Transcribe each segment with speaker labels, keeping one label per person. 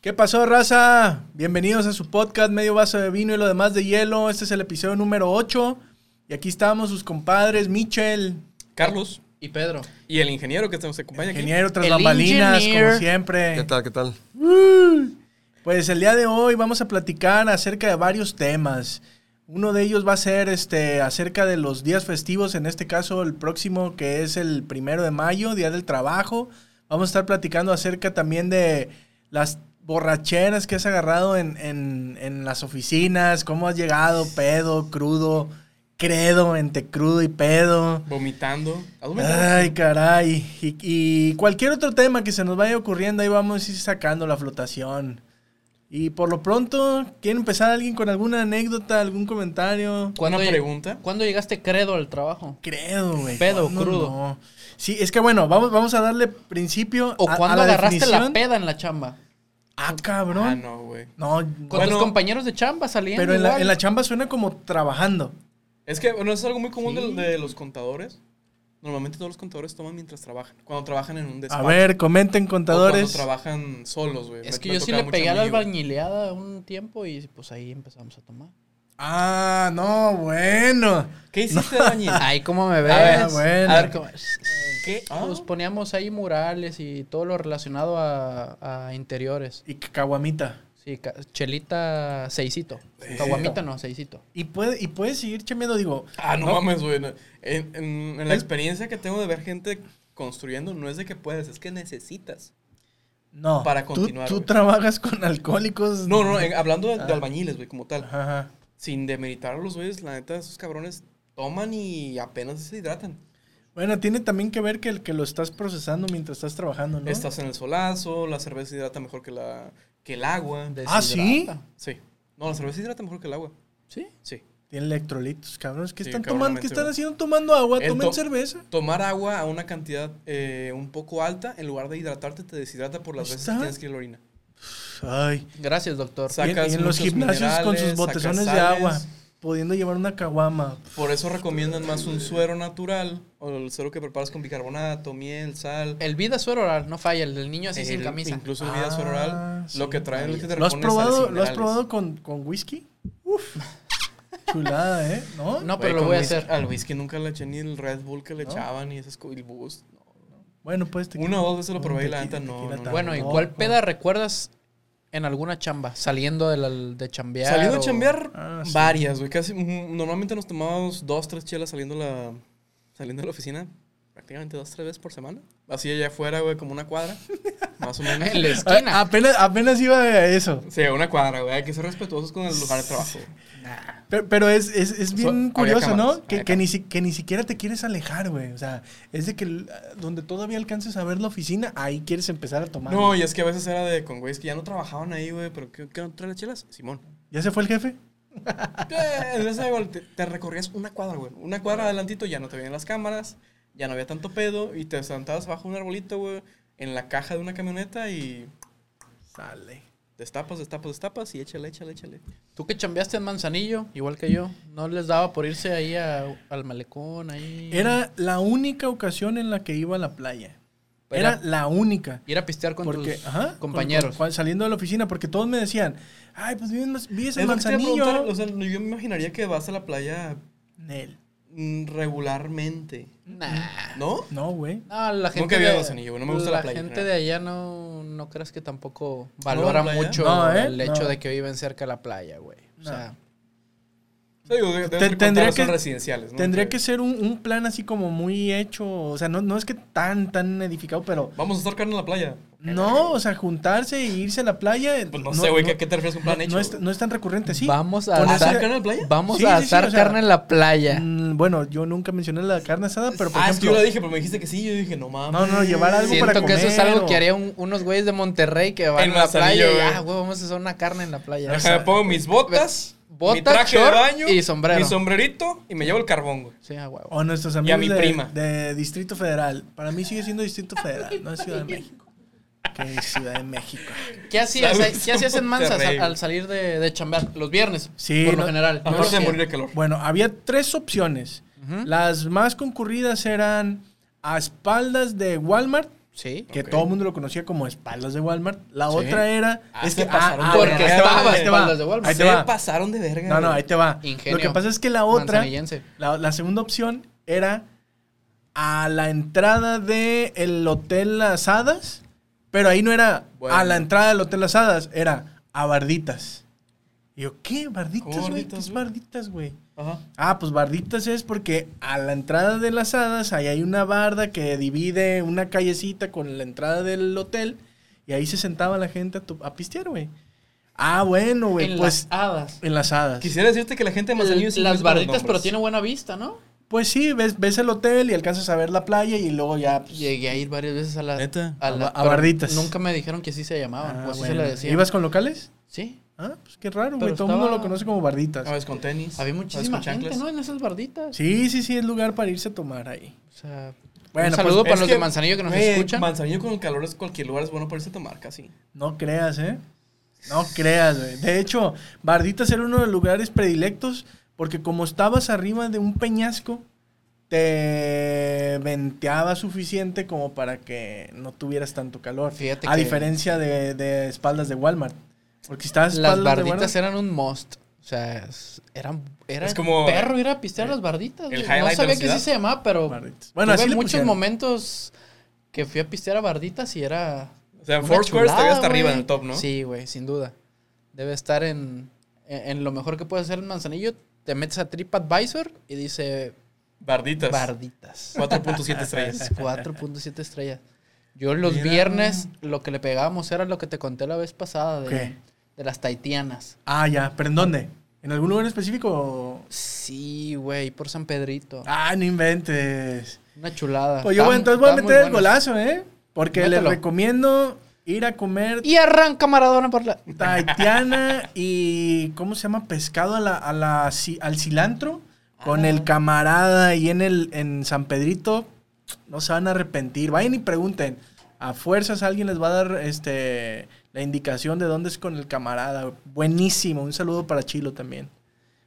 Speaker 1: ¿Qué pasó, raza? Bienvenidos a su podcast Medio Vaso de Vino y lo demás de hielo. Este es el episodio número 8. Y aquí estamos sus compadres, Michel,
Speaker 2: Carlos
Speaker 3: Y Pedro.
Speaker 2: y el ingeniero que nos acompaña aquí.
Speaker 1: ingeniero tras
Speaker 3: El
Speaker 1: bambalinas, como
Speaker 3: engineer.
Speaker 1: siempre.
Speaker 2: Eh.
Speaker 4: ¿Qué tal? ¿Qué tal?
Speaker 1: Pues el día de hoy vamos a platicar acerca de varios temas. Uno de ellos va a ser este, acerca de los días festivos, en este caso el próximo que es el primero de mayo, Día del Trabajo. Vamos a estar platicando acerca también de las borracheras que has agarrado en, en- en las oficinas, cómo has llegado, pedo, crudo, credo, entre crudo y pedo.
Speaker 2: Vomitando. ¿Has vomitado?
Speaker 1: Ay, caray. Y, y cualquier otro tema que se nos vaya ocurriendo, ahí vamos a ir sacando la flotación. Y por lo pronto, ¿quiere empezar alguien con alguna anécdota, algún comentario?
Speaker 3: ¿Cuándo
Speaker 2: Una
Speaker 3: lleg-
Speaker 2: pregunta.
Speaker 3: ¿Cuándo llegaste credo al trabajo?
Speaker 1: Credo, güey.
Speaker 3: Pedo,
Speaker 1: ¿cuándo
Speaker 3: crudo.
Speaker 1: no? Sí, es que bueno, vamos, vamos a darle principio
Speaker 3: ¿O
Speaker 1: a, a
Speaker 3: cuándo
Speaker 1: la
Speaker 3: agarraste
Speaker 1: definición.
Speaker 3: la peda en la chamba?
Speaker 1: Ah,
Speaker 2: Ah,
Speaker 1: cabrón.
Speaker 2: no, güey.
Speaker 1: no.
Speaker 3: Con
Speaker 2: Bueno,
Speaker 3: tus compañeros de chamba saliendo.
Speaker 1: pero en la,
Speaker 3: igual.
Speaker 1: en la chamba suena como trabajando.
Speaker 2: Es que, bueno, es algo muy común
Speaker 3: Sí.
Speaker 2: de, de los contadores. Normalmente todos los contadores toman mientras trabajan. Cuando trabajan en un
Speaker 1: A
Speaker 2: despacho.
Speaker 1: ver, comenten
Speaker 2: o cuando
Speaker 1: contadores.
Speaker 2: trabajan solos, güey.
Speaker 3: Es
Speaker 2: Me-
Speaker 3: que
Speaker 2: me
Speaker 3: yo sí
Speaker 2: tocaba
Speaker 3: le
Speaker 2: mucho
Speaker 3: pegué a la
Speaker 2: mí, güey.
Speaker 3: albañileada un tiempo y pues ahí empezamos a tomar.
Speaker 1: Ah, no, bueno.
Speaker 2: ¿Qué hiciste, Daniel?
Speaker 3: Ay, ¿cómo me ves?
Speaker 2: ver,
Speaker 1: Ah, bueno.
Speaker 3: A ver, ¿cómo-
Speaker 2: ¿Qué? Ah,
Speaker 3: Pues poníamos ahí murales y todo lo relacionado a, a interiores.
Speaker 1: Y caguamita.
Speaker 3: Sí, ca- chelita seisito. Caguamita no, seisito.
Speaker 1: Y puede, y puede seguir chemiendo, digo,
Speaker 2: Ah, no,
Speaker 1: No.
Speaker 2: mames, güey. no. En, en-
Speaker 1: ¿Eh?
Speaker 2: en la experiencia que tengo de ver gente construyendo, no es de que puedes, es que necesitas.
Speaker 1: No.
Speaker 2: Para
Speaker 1: tú-
Speaker 2: continuar,
Speaker 1: Tú,
Speaker 2: güey.
Speaker 1: trabajas con alcohólicos.
Speaker 2: No, no, en- hablando de, de
Speaker 1: Ah.
Speaker 2: albañiles, güey, como tal.
Speaker 1: Ajá, ajá.
Speaker 2: Sin demeritar a los güeyes, la neta, esos cabrones toman y apenas se hidratan.
Speaker 1: Bueno, tiene también que ver que el que lo estás procesando mientras estás trabajando, ¿no?
Speaker 2: Estás en el solazo, la cerveza hidrata mejor que, la, que el agua.
Speaker 1: Ah, ¿sí?
Speaker 3: Deshidrata.
Speaker 2: Sí. No, la cerveza hidrata mejor que el agua.
Speaker 3: Sí.
Speaker 2: Sí.
Speaker 1: Tiene electrolitos, cabrones. ¿Qué
Speaker 2: Sí,
Speaker 1: están tomando? ¿Qué
Speaker 2: cabronamente,
Speaker 1: están
Speaker 2: güey.
Speaker 1: haciendo tomando agua?
Speaker 2: El
Speaker 1: Tomen
Speaker 2: to-
Speaker 1: cerveza.
Speaker 2: Tomar agua a una cantidad eh, un poco alta, en lugar de hidratarte, te deshidrata por las veces que
Speaker 1: ¿Está?
Speaker 2: tienes que ir a la orina.
Speaker 1: Ay.
Speaker 3: Gracias, doctor.
Speaker 1: Y, en- y en los
Speaker 2: muchos
Speaker 1: gimnasios con sus
Speaker 2: minerales,
Speaker 1: botezones
Speaker 2: sacas
Speaker 1: de agua,
Speaker 2: sales.
Speaker 1: pudiendo llevar una caguama.
Speaker 2: Por eso recomiendan más un suero natural, o el suero que preparas con bicarbonato, miel, sal.
Speaker 3: El vida suero oral, no falla. El del niño así sin
Speaker 2: el-
Speaker 3: camisa.
Speaker 2: Incluso el vida suero
Speaker 1: Ah,
Speaker 2: oral,
Speaker 1: sí,
Speaker 2: lo que traen
Speaker 1: ahí.
Speaker 2: es que te
Speaker 1: ¿Lo has
Speaker 2: reponen sales
Speaker 1: probado,
Speaker 2: y
Speaker 1: ¿lo has
Speaker 2: minerales.
Speaker 1: probado con, con whisky? Uf. Chulada, ¿eh? ¿No?
Speaker 2: Güey,
Speaker 3: No, Ah, pero lo
Speaker 2: con
Speaker 3: voy a
Speaker 2: whisky-
Speaker 3: hacer.
Speaker 2: Al whisky nunca le eché ni el Red Bull que le echaban y esas co- y el boost. No.
Speaker 1: Bueno, pues te
Speaker 2: Una o dos veces lo
Speaker 1: Un
Speaker 2: probé y la
Speaker 1: tequila-
Speaker 2: neta no.
Speaker 1: tequila
Speaker 2: no, no.
Speaker 1: también.
Speaker 3: Bueno, ¿y
Speaker 1: No,
Speaker 3: cuál
Speaker 1: no.
Speaker 3: peda recuerdas en alguna chamba? Saliendo de, la, de chambear.
Speaker 2: Saliendo
Speaker 3: o-
Speaker 2: a chambear
Speaker 1: Ah, sí.
Speaker 2: varias, güey. Casi, mm, normalmente nos tomábamos dos, tres chelas saliendo, la, saliendo de la oficina. Prácticamente dos, tres veces por semana. Así allá afuera, güey, como una cuadra. más o menos.
Speaker 3: En la
Speaker 1: Ah,
Speaker 3: esquina.
Speaker 1: apenas, apenas iba a eso.
Speaker 2: Sí, una cuadra, güey. Hay que ser respetuosos con el lugar de trabajo.
Speaker 1: Pe- Pero, es, es, es bien
Speaker 2: había
Speaker 1: curioso,
Speaker 2: cámaras,
Speaker 1: ¿no? Que,
Speaker 2: había
Speaker 1: que ni, si- que ni siquiera te quieres alejar, güey. O sea, es de que l- donde todavía alcances a ver la oficina, ahí quieres empezar a tomar.
Speaker 2: No, y es que a veces era de con güeyes que ya no trabajaban ahí, güey. Pero ¿qué, qué no traen las chelas? Simón.
Speaker 1: ¿Ya se fue el jefe?
Speaker 2: Eh, en esa, güey, te, te recorrías una cuadra, güey. Una cuadra adelantito, ya no te veían las cámaras, ya no había tanto pedo. Y te sentabas bajo un arbolito, güey, en la caja de una camioneta y
Speaker 1: Sale.
Speaker 2: destapas, destapas, destapas y échale, échale, échale.
Speaker 3: Tú que chambeaste en Manzanillo, igual que yo. No les daba por irse ahí a- al malecón, ahí.
Speaker 1: Era la única ocasión en la que iba a la playa.
Speaker 3: Era-
Speaker 1: Era la única.
Speaker 3: Ir a pistear con
Speaker 1: Porque,
Speaker 3: tus
Speaker 1: ajá,
Speaker 3: compañeros.
Speaker 1: con- con- saliendo de la oficina, porque todos me decían, ay, pues vives, en Mas- vives en
Speaker 2: Es lo que te iba a preguntar,
Speaker 1: Manzanillo.
Speaker 2: o sea, yo me imaginaría que vas a la playa
Speaker 1: Nel.
Speaker 2: mm, regularmente,
Speaker 3: Nah.
Speaker 2: ¿no?
Speaker 1: No, güey.
Speaker 3: No, la gente.
Speaker 2: Nunca he ido a
Speaker 3: de-
Speaker 2: Manzanillo, güey, no me gusta la playa,
Speaker 3: gente
Speaker 2: no.
Speaker 3: de allá no, no crees que tampoco valora
Speaker 2: playa?
Speaker 3: mucho
Speaker 1: No, ¿eh?
Speaker 3: el hecho
Speaker 1: No.
Speaker 3: de que viven cerca de la playa, güey. O sea,
Speaker 2: O sea, digo, de- debe
Speaker 1: Te-
Speaker 2: ser
Speaker 1: tendría
Speaker 2: contar, son
Speaker 1: que-
Speaker 2: residenciales, ¿no?
Speaker 1: Tendría que ser un, un plan así como muy hecho. O sea, no, no es que tan, tan edificado, pero.
Speaker 2: Vamos a estar carne en la playa.
Speaker 1: No, o sea, juntarse e irse a la playa.
Speaker 2: Pues no, sé, güey, ¿qué- ¿qué te refieres con plan
Speaker 1: no-
Speaker 2: hecho?
Speaker 1: no es, no es tan recurrente, sí.
Speaker 3: vamos a
Speaker 1: Con ese-
Speaker 3: asar,
Speaker 2: carne en la playa?
Speaker 3: vamos
Speaker 1: Sí,
Speaker 3: a
Speaker 1: sí, sí,
Speaker 3: asar
Speaker 1: o sea,
Speaker 3: carne en la playa.
Speaker 1: Mm, bueno, yo nunca mencioné la carne asada, pero por
Speaker 2: ah, es que yo
Speaker 1: ejemplo.
Speaker 2: lo dije, pero me dijiste que sí, yo dije, no mames.
Speaker 1: No, no, llevar algo
Speaker 3: Siento
Speaker 1: para
Speaker 3: que
Speaker 1: comer.
Speaker 3: eso es algo
Speaker 1: o-
Speaker 3: que haría un- unos güeyes de Monterrey que van
Speaker 2: En
Speaker 3: a la
Speaker 2: Manzanillo,
Speaker 3: playa y,
Speaker 2: güey.
Speaker 3: ah, güey, vamos a hacer una carne en la playa.
Speaker 2: Déjame, pongo mis botas,
Speaker 3: Bota,
Speaker 2: mi traje de
Speaker 3: short
Speaker 2: baño
Speaker 3: y sombrero.
Speaker 2: mi sombrerito y me llevo el carbón, güey.
Speaker 3: Sí, ah, güey.
Speaker 1: O nuestros
Speaker 2: Y a
Speaker 1: amigos
Speaker 2: mi
Speaker 1: de,
Speaker 2: prima.
Speaker 1: de Distrito Federal. Para mí sigue siendo Distrito Federal, no es Ciudad de México. Que Ciudad de México.
Speaker 3: ¿Qué hacías,
Speaker 2: Saludos
Speaker 3: ¿qué hacías en Manzas
Speaker 2: Monterrey,
Speaker 3: al, al salir de, de chambear? Los viernes,
Speaker 1: Sí,
Speaker 3: por lo
Speaker 1: no-
Speaker 3: general.
Speaker 1: no
Speaker 2: Aparte
Speaker 1: sé.
Speaker 2: de morir de calor.
Speaker 1: Bueno, había tres opciones. Las más concurridas eran a espaldas de Walmart
Speaker 3: Sí.
Speaker 1: que
Speaker 2: Ok.
Speaker 1: todo el mundo lo conocía como espaldas de Walmart. La
Speaker 3: Sí.
Speaker 1: otra era.
Speaker 2: Ah,
Speaker 1: es
Speaker 2: se
Speaker 1: que,
Speaker 2: pasaron de
Speaker 1: porque
Speaker 2: verga.
Speaker 1: estaba,
Speaker 2: Ahí
Speaker 1: ahí te va.
Speaker 3: Espaldas de Walmart.
Speaker 1: Ahí te
Speaker 2: Se
Speaker 1: va.
Speaker 2: pasaron de verga.
Speaker 1: No, no,
Speaker 2: güey.
Speaker 1: ahí te va.
Speaker 3: Ingenio.
Speaker 1: Lo que pasa es que la otra,
Speaker 3: Manzanillense.
Speaker 1: la, la segunda opción era a la entrada del Hotel Las Hadas, pero ahí no era
Speaker 2: Bueno.
Speaker 1: a la entrada del Hotel Las Hadas, era a Barditas. Y yo, ¿qué?
Speaker 2: ¿Cómo
Speaker 1: ¿Barditas, güey? ¿Qué
Speaker 2: Barditas,
Speaker 1: es
Speaker 2: güey?
Speaker 1: Barditas, güey?
Speaker 2: Ajá.
Speaker 1: Ah, pues Barditas es porque a la entrada de las hadas ahí hay una barda que divide una callecita con la entrada del hotel y ahí se sentaba la gente a, tu- a pistear, güey. Ah, bueno, güey,
Speaker 3: en
Speaker 1: pues
Speaker 3: las hadas.
Speaker 1: en las hadas.
Speaker 2: Quisiera decirte que la gente de Manzanillo es
Speaker 3: Las
Speaker 2: ingeniosa con los
Speaker 3: barritas, pero
Speaker 2: nombres.
Speaker 3: tiene buena vista, ¿no?
Speaker 1: Pues sí, ves, ves el hotel y alcanzas a ver la playa y luego ya... pues,
Speaker 3: Llegué a ir varias veces a la.
Speaker 2: ¿Neta?
Speaker 3: A, la-
Speaker 1: A- a
Speaker 3: pero
Speaker 1: Barditas.
Speaker 3: Nunca me dijeron que así se llamaban.
Speaker 1: ah,
Speaker 3: o
Speaker 1: bueno.
Speaker 3: así pues se le decían.
Speaker 1: ¿Ibas con locales?
Speaker 3: Sí.
Speaker 1: Ah, pues qué raro,
Speaker 3: Pero
Speaker 1: güey. Todo el mundo lo
Speaker 3: estaba- Ah,
Speaker 1: conoce como Barditas.
Speaker 2: A veces con tenis.
Speaker 3: Había
Speaker 2: a veces
Speaker 3: muchísima
Speaker 2: con
Speaker 3: gente,
Speaker 2: chanclas.
Speaker 1: Eh,
Speaker 3: ¿no? En esas barditas.
Speaker 1: Sí, sí, sí, es lugar para irse a tomar ahí.
Speaker 3: O sea,
Speaker 1: Bueno,
Speaker 3: un
Speaker 1: pues,
Speaker 3: saludo para
Speaker 2: es
Speaker 3: los
Speaker 2: que,
Speaker 3: de Manzanillo que nos
Speaker 2: Güey,
Speaker 3: escuchan.
Speaker 2: Manzanillo con el calor es cualquier lugar es bueno para irse a tomar casi.
Speaker 1: No creas, ¿eh? No creas, güey. De hecho, Barditas era uno de los lugares predilectos porque como estabas arriba de un peñasco, te venteaba suficiente como para que no tuvieras tanto calor.
Speaker 3: Fíjate
Speaker 1: a
Speaker 3: que-
Speaker 1: diferencia de, de espaldas de Walmart. Porque si estabas
Speaker 3: las
Speaker 1: espaldas de
Speaker 3: barditas
Speaker 1: Walmart-
Speaker 3: eran un must. O sea, es- eran, era
Speaker 2: Es como- eh,
Speaker 3: perro ir a pistear las barditas.
Speaker 2: el
Speaker 3: güey.
Speaker 2: highlight
Speaker 3: no
Speaker 2: de la
Speaker 3: sabía que sí
Speaker 2: ciudad.
Speaker 3: se llamaba, pero
Speaker 1: Barditas.
Speaker 3: bueno,
Speaker 1: Bueno,
Speaker 3: tuve
Speaker 1: así le
Speaker 3: muchos
Speaker 1: pusieron.
Speaker 3: momentos que fui a pistear a barditas y era
Speaker 2: O sea, en
Speaker 3: Una
Speaker 2: Foursquare
Speaker 3: chulada,
Speaker 2: estaría hasta
Speaker 3: güey.
Speaker 2: arriba en el top, ¿no?
Speaker 3: Sí, güey, sin duda. Debe estar en, en, en lo mejor que puede hacer el manzanillo. Te metes a TripAdvisor y dice
Speaker 2: Barditas.
Speaker 3: barditas.
Speaker 2: 4.7 estrellas.
Speaker 3: 4.7 estrellas. Yo los
Speaker 1: Mira.
Speaker 3: viernes lo que le pegábamos era lo que te conté la vez pasada de,
Speaker 1: ¿Qué?
Speaker 3: de las taitianas.
Speaker 1: Ah, ya. ¿Pero en dónde? ¿En algún lugar específico?
Speaker 3: Sí, güey, por San Pedrito.
Speaker 1: Ah, no inventes.
Speaker 3: Una chulada.
Speaker 1: Pues yo
Speaker 3: Ah,
Speaker 1: bueno,
Speaker 3: Está-
Speaker 1: entonces voy a
Speaker 3: está muy
Speaker 1: meter el
Speaker 3: bueno.
Speaker 1: golazo, ¿eh? Porque
Speaker 3: Mételo.
Speaker 1: les recomiendo ir a comer
Speaker 3: Y arranca Maradona por la...
Speaker 1: Taitiana y ¿cómo se llama? Pescado a la, a la ci- al cilantro con
Speaker 2: Ah.
Speaker 1: el camarada ahí en el en San Pedrito. No se van a arrepentir. Vayan y pregunten. A fuerzas alguien les va a dar este la indicación de dónde es con el camarada. Buenísimo. Un saludo para Chilo también.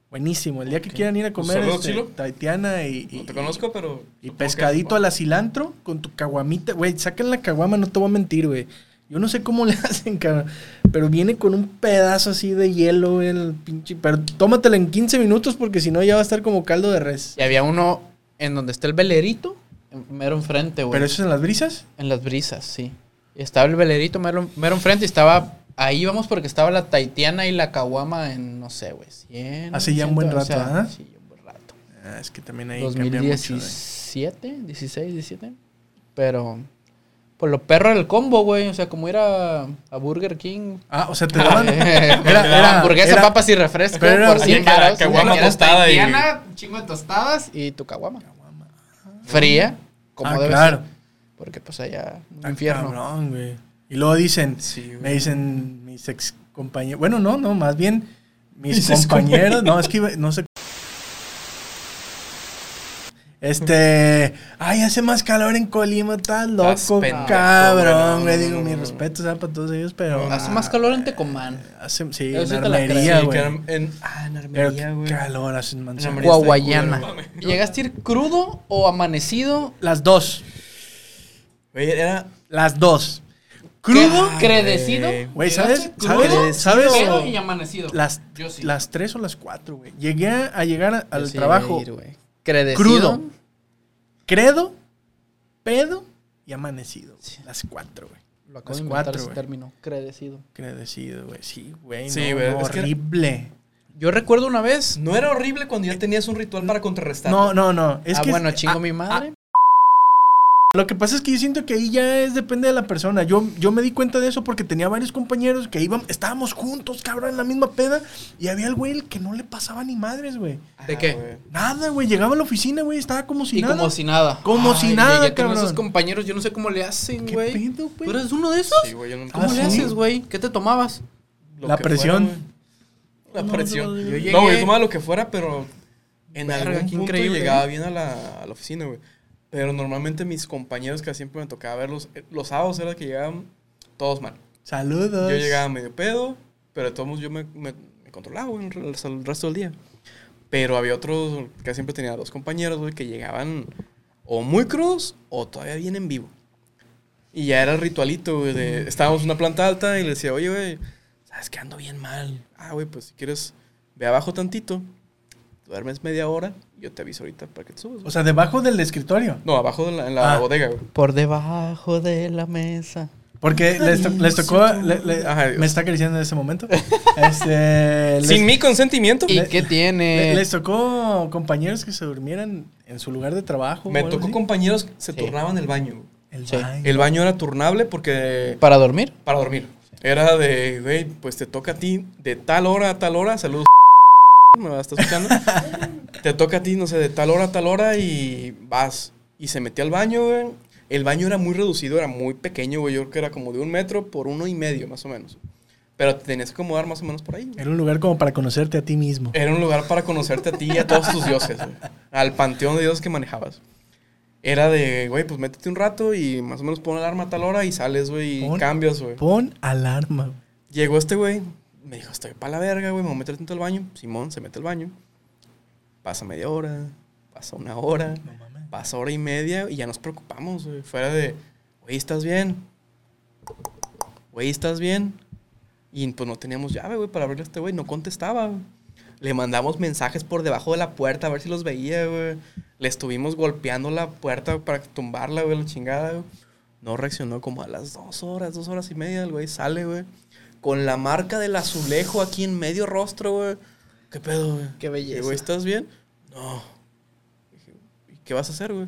Speaker 1: Buenísimo. El día que quieran ir a comer
Speaker 2: saludo,
Speaker 1: este,
Speaker 2: Pues Chilo.
Speaker 1: Taitiana y, y-
Speaker 2: No te conozco, pero.
Speaker 1: y pescadito a la cilantro con tu caguamita. Güey, saquen la caguama, no te voy a mentir, güey. Yo no sé cómo le hacen, cabrón. Pero viene con un pedazo así de hielo, güey, el pinche. Pero tómatela en 15 minutos porque si no ya va a estar como caldo de res.
Speaker 3: Y había uno en donde está el velerito, en- mero enfrente, güey.
Speaker 1: ¿Pero eso es en las brisas?
Speaker 3: En las brisas, sí. Y estaba el velerito mero, mero enfrente y estaba... Ahí íbamos porque estaba la Taitiana y la Caguama en, no sé, güey, 100...
Speaker 1: Hace ya un buen
Speaker 3: 100,
Speaker 1: rato, ¿ah?
Speaker 3: Sí, un buen rato.
Speaker 1: Ah, es que también ahí cambia mucho. ¿eh? güey.
Speaker 3: 2017, 16, 17. Pero... Por lo perro del combo, güey. O sea, como ir a, a Burger King.
Speaker 1: Ah, o sea, te daban.
Speaker 3: era,
Speaker 1: era-
Speaker 3: hamburguesa,
Speaker 1: era-
Speaker 3: papas y refresco
Speaker 1: pero era-
Speaker 3: por
Speaker 1: Oye,
Speaker 3: 100
Speaker 2: que la
Speaker 3: baros.
Speaker 2: caguama tostada y-
Speaker 3: Un chingo de tostadas y tu caguama. Fría, como
Speaker 1: ah,
Speaker 3: debe
Speaker 1: claro.
Speaker 3: ser. Porque pues allá, un
Speaker 1: Ah,
Speaker 3: infierno.
Speaker 1: cabrón, güey. Y luego dicen,
Speaker 2: Sí, güey.
Speaker 1: me dicen mis ex compañeros. Bueno, no, no, más bien mis
Speaker 2: Mis ex
Speaker 1: compañeros. No, es que iba- no sé. Este, ay, hace más calor en Colima, estás
Speaker 2: Estás
Speaker 1: loco,
Speaker 2: pendejo,
Speaker 1: cabrón. Me
Speaker 2: güey, no, no,
Speaker 1: digo,
Speaker 2: no,
Speaker 1: mi
Speaker 2: no.
Speaker 1: respeto, ¿sabes? Para todos ellos, pero.
Speaker 3: Hace más calor en Tecomán.
Speaker 1: Hace, sí,
Speaker 3: Eso sí
Speaker 1: en
Speaker 3: te la creo.
Speaker 1: Armería,
Speaker 2: Sí, que
Speaker 1: güey.
Speaker 2: eran en, ah, en
Speaker 1: Pero
Speaker 2: Armería,
Speaker 1: qué
Speaker 2: güey.
Speaker 1: calor hace en Manzanillo.
Speaker 2: Armería. Está de
Speaker 3: Guaguayana.
Speaker 2: culo, no mames.
Speaker 3: ¿Llegaste a ir crudo o amanecido?
Speaker 1: Las dos,
Speaker 2: Güey, era.
Speaker 1: las dos. Crudo,
Speaker 2: Ah,
Speaker 3: ¿Credecido?
Speaker 1: Güey,
Speaker 3: ¿Llegaste
Speaker 1: ¿sabes?
Speaker 3: crudo,
Speaker 1: ¿Sabes? ¿Sabes?
Speaker 3: pedo y amanecido.
Speaker 1: las,
Speaker 3: Yo sí.
Speaker 1: las tres o las cuatro, güey. Llegué a, a llegar a-
Speaker 3: Yo
Speaker 1: al
Speaker 3: sí
Speaker 1: trabajo
Speaker 3: llegué a ir, güey. ¿Credecido?
Speaker 1: crudo, credo, pedo y amanecido. güey.
Speaker 3: Sí.
Speaker 1: Las cuatro, güey.
Speaker 3: Lo acabo
Speaker 1: Las
Speaker 3: de inventar
Speaker 1: cuatro,
Speaker 3: ese
Speaker 1: güey.
Speaker 3: término. Credecido.
Speaker 1: Credecido, güey. Sí, güey.
Speaker 2: Sí,
Speaker 1: no,
Speaker 2: güey,
Speaker 1: no,
Speaker 2: es que-
Speaker 1: horrible.
Speaker 3: Yo recuerdo una vez...
Speaker 2: No era horrible cuando ya tenías un ritual para contrarrestar.
Speaker 1: No, no, no. Es
Speaker 3: ah,
Speaker 1: que
Speaker 3: bueno,
Speaker 1: es-
Speaker 3: chingo
Speaker 1: ah,
Speaker 3: mi madre.
Speaker 1: Lo que pasa es que yo siento que ahí ya es depende de la persona. Yo, yo me di cuenta de eso porque tenía varios compañeros que iban, estábamos juntos, cabrón, en la misma peda. Y había el güey el que no le pasaba ni madres, güey.
Speaker 2: Ah,
Speaker 3: ¿De qué?
Speaker 1: Nada, güey. Llegaba a la oficina, güey. Estaba como si
Speaker 3: y
Speaker 1: nada.
Speaker 3: como si nada.
Speaker 1: Como si
Speaker 3: güey,
Speaker 1: nada,
Speaker 3: ya tengo
Speaker 1: cabrón.
Speaker 3: esos compañeros, yo no sé cómo le hacen,
Speaker 1: ¿Qué
Speaker 3: güey.
Speaker 1: pedo, güey?
Speaker 3: ¿Tú eres uno de esos?
Speaker 2: Sí, güey, yo no
Speaker 3: ¿Cómo
Speaker 1: Ah,
Speaker 3: le
Speaker 1: ¿sí?
Speaker 3: haces, güey? ¿Qué te tomabas?
Speaker 2: Lo
Speaker 1: La
Speaker 2: que
Speaker 1: presión.
Speaker 2: fuera, güey. la
Speaker 1: No,
Speaker 2: presión.
Speaker 1: no, no, no.
Speaker 3: Yo llegué-
Speaker 2: No, güey, tomaba lo que fuera, pero en
Speaker 3: Verga,
Speaker 2: algún
Speaker 3: qué
Speaker 2: punto
Speaker 3: increíble,
Speaker 2: llegaba
Speaker 3: ¿eh?
Speaker 2: bien a la, a la oficina, güey. Pero normalmente mis compañeros que siempre me tocaba verlos, eh, los sábados era que llegaban todos mal.
Speaker 1: Saludos.
Speaker 2: Yo llegaba medio pedo, pero de todos modos yo me, me- me controlaba, güey, el re- el resto del día. Pero había otros, que siempre tenía dos compañeros, güey, que llegaban o muy crudos o todavía bien en vivo. Y ya era el ritualito, güey. de- Estábamos en una planta alta y le decía, oye, güey, sabes que ando bien mal. Ah, güey, pues si quieres, ve abajo tantito. Duermes media hora y yo te aviso ahorita para que te subas. güey".
Speaker 1: O sea, debajo del escritorio.
Speaker 2: no, abajo de la- en la
Speaker 1: Ah.
Speaker 2: bodega, güey.
Speaker 3: Por debajo de la mesa.
Speaker 1: Porque les, to- les tocó. le- le-
Speaker 2: Ajá.
Speaker 1: me está acariciando en este momento. Este, les-
Speaker 2: Sin eh. mi consentimiento.
Speaker 3: ¿Y
Speaker 1: Le-
Speaker 3: qué tiene?
Speaker 1: le- Les tocó compañeros que se durmieran en su lugar de trabajo. o
Speaker 2: Me
Speaker 1: algo
Speaker 2: tocó
Speaker 1: así.
Speaker 2: compañeros que se
Speaker 3: Sí.
Speaker 2: turnaban el baño. güey.
Speaker 1: El
Speaker 3: Sí.
Speaker 1: baño.
Speaker 2: El baño era turnable porque
Speaker 3: ¿Para dormir?
Speaker 2: para dormir. Era de, güey, pues te toca a ti de tal hora a tal hora. Saludos. Me vas a estar escuchando. te toca a ti, no sé, de tal hora a tal hora y vas. Y se metió al baño, güey. El baño era muy reducido, era muy pequeño, güey. Yo creo que era como de un metro por uno y medio, más o menos. Pero te tenías que acomodar más o menos por ahí. güey.
Speaker 1: Era un lugar como para conocerte a ti mismo.
Speaker 2: Era un lugar para conocerte a ti y a todos tus dioses, güey. Al panteón de dioses que manejabas. Era de, güey, pues métete un rato y más o menos pon alarma a tal hora y sales, güey, y
Speaker 1: Pon-
Speaker 2: cambias, güey.
Speaker 1: Pon alarma. güey.
Speaker 2: Llegó este güey, me dijo, estoy para la verga, güey, me voy a meter dentro del baño. Simón se mete al baño. Pasa media hora, pasa una hora,
Speaker 1: No mames.
Speaker 2: pasa hora y media y ya nos preocupamos, güey. Fuera de, güey, ¿estás bien? Güey, ¿estás bien? Y pues no teníamos llave, güey, para abrirle a este güey. No contestaba, güey. Le mandamos mensajes por debajo de la puerta a ver si los veía, güey. Le estuvimos golpeando la puerta para tumbarla, güey, la chingada, güey. No reaccionó como a las dos horas, dos horas y media. El güey sale, güey. Con la marca del azulejo aquí en medio rostro, güey. ¿Qué pedo, güey?
Speaker 3: Qué belleza.
Speaker 2: Y, güey, ¿estás bien? No. Dije, ¿y qué vas a hacer, güey?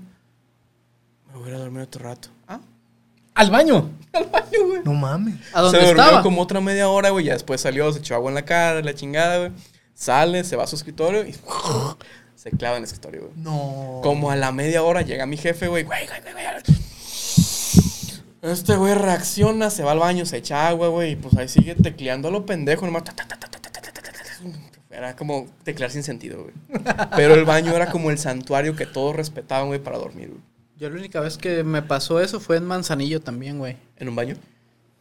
Speaker 2: Me voy a ir a dormir otro rato. Ah,
Speaker 1: Al baño.
Speaker 2: al baño, güey.
Speaker 1: No mames.
Speaker 3: ¿A
Speaker 2: Se
Speaker 3: dónde
Speaker 2: durmió
Speaker 3: estaba?
Speaker 2: como otra media hora, güey. Ya después salió, se echó agua en la cara, la chingada, güey. Sale, se va a su escritorio y se clava en el escritorio, güey.
Speaker 1: No.
Speaker 2: Como a la media hora llega mi jefe, güey. Güey, güey, güey, güey. Este güey reacciona, se va al baño, se echa agua, güey. Y pues ahí sigue tecleando a lo pendejo, nomás. ta, ta, ta, ta, ta, ta, ta, ta, ta, ta. Era como teclear sin sentido, güey. Pero el baño era como el santuario que todos respetaban, güey, para dormir, güey.
Speaker 3: Yo la única vez que me pasó eso fue en Manzanillo también, güey.
Speaker 2: ¿En un baño?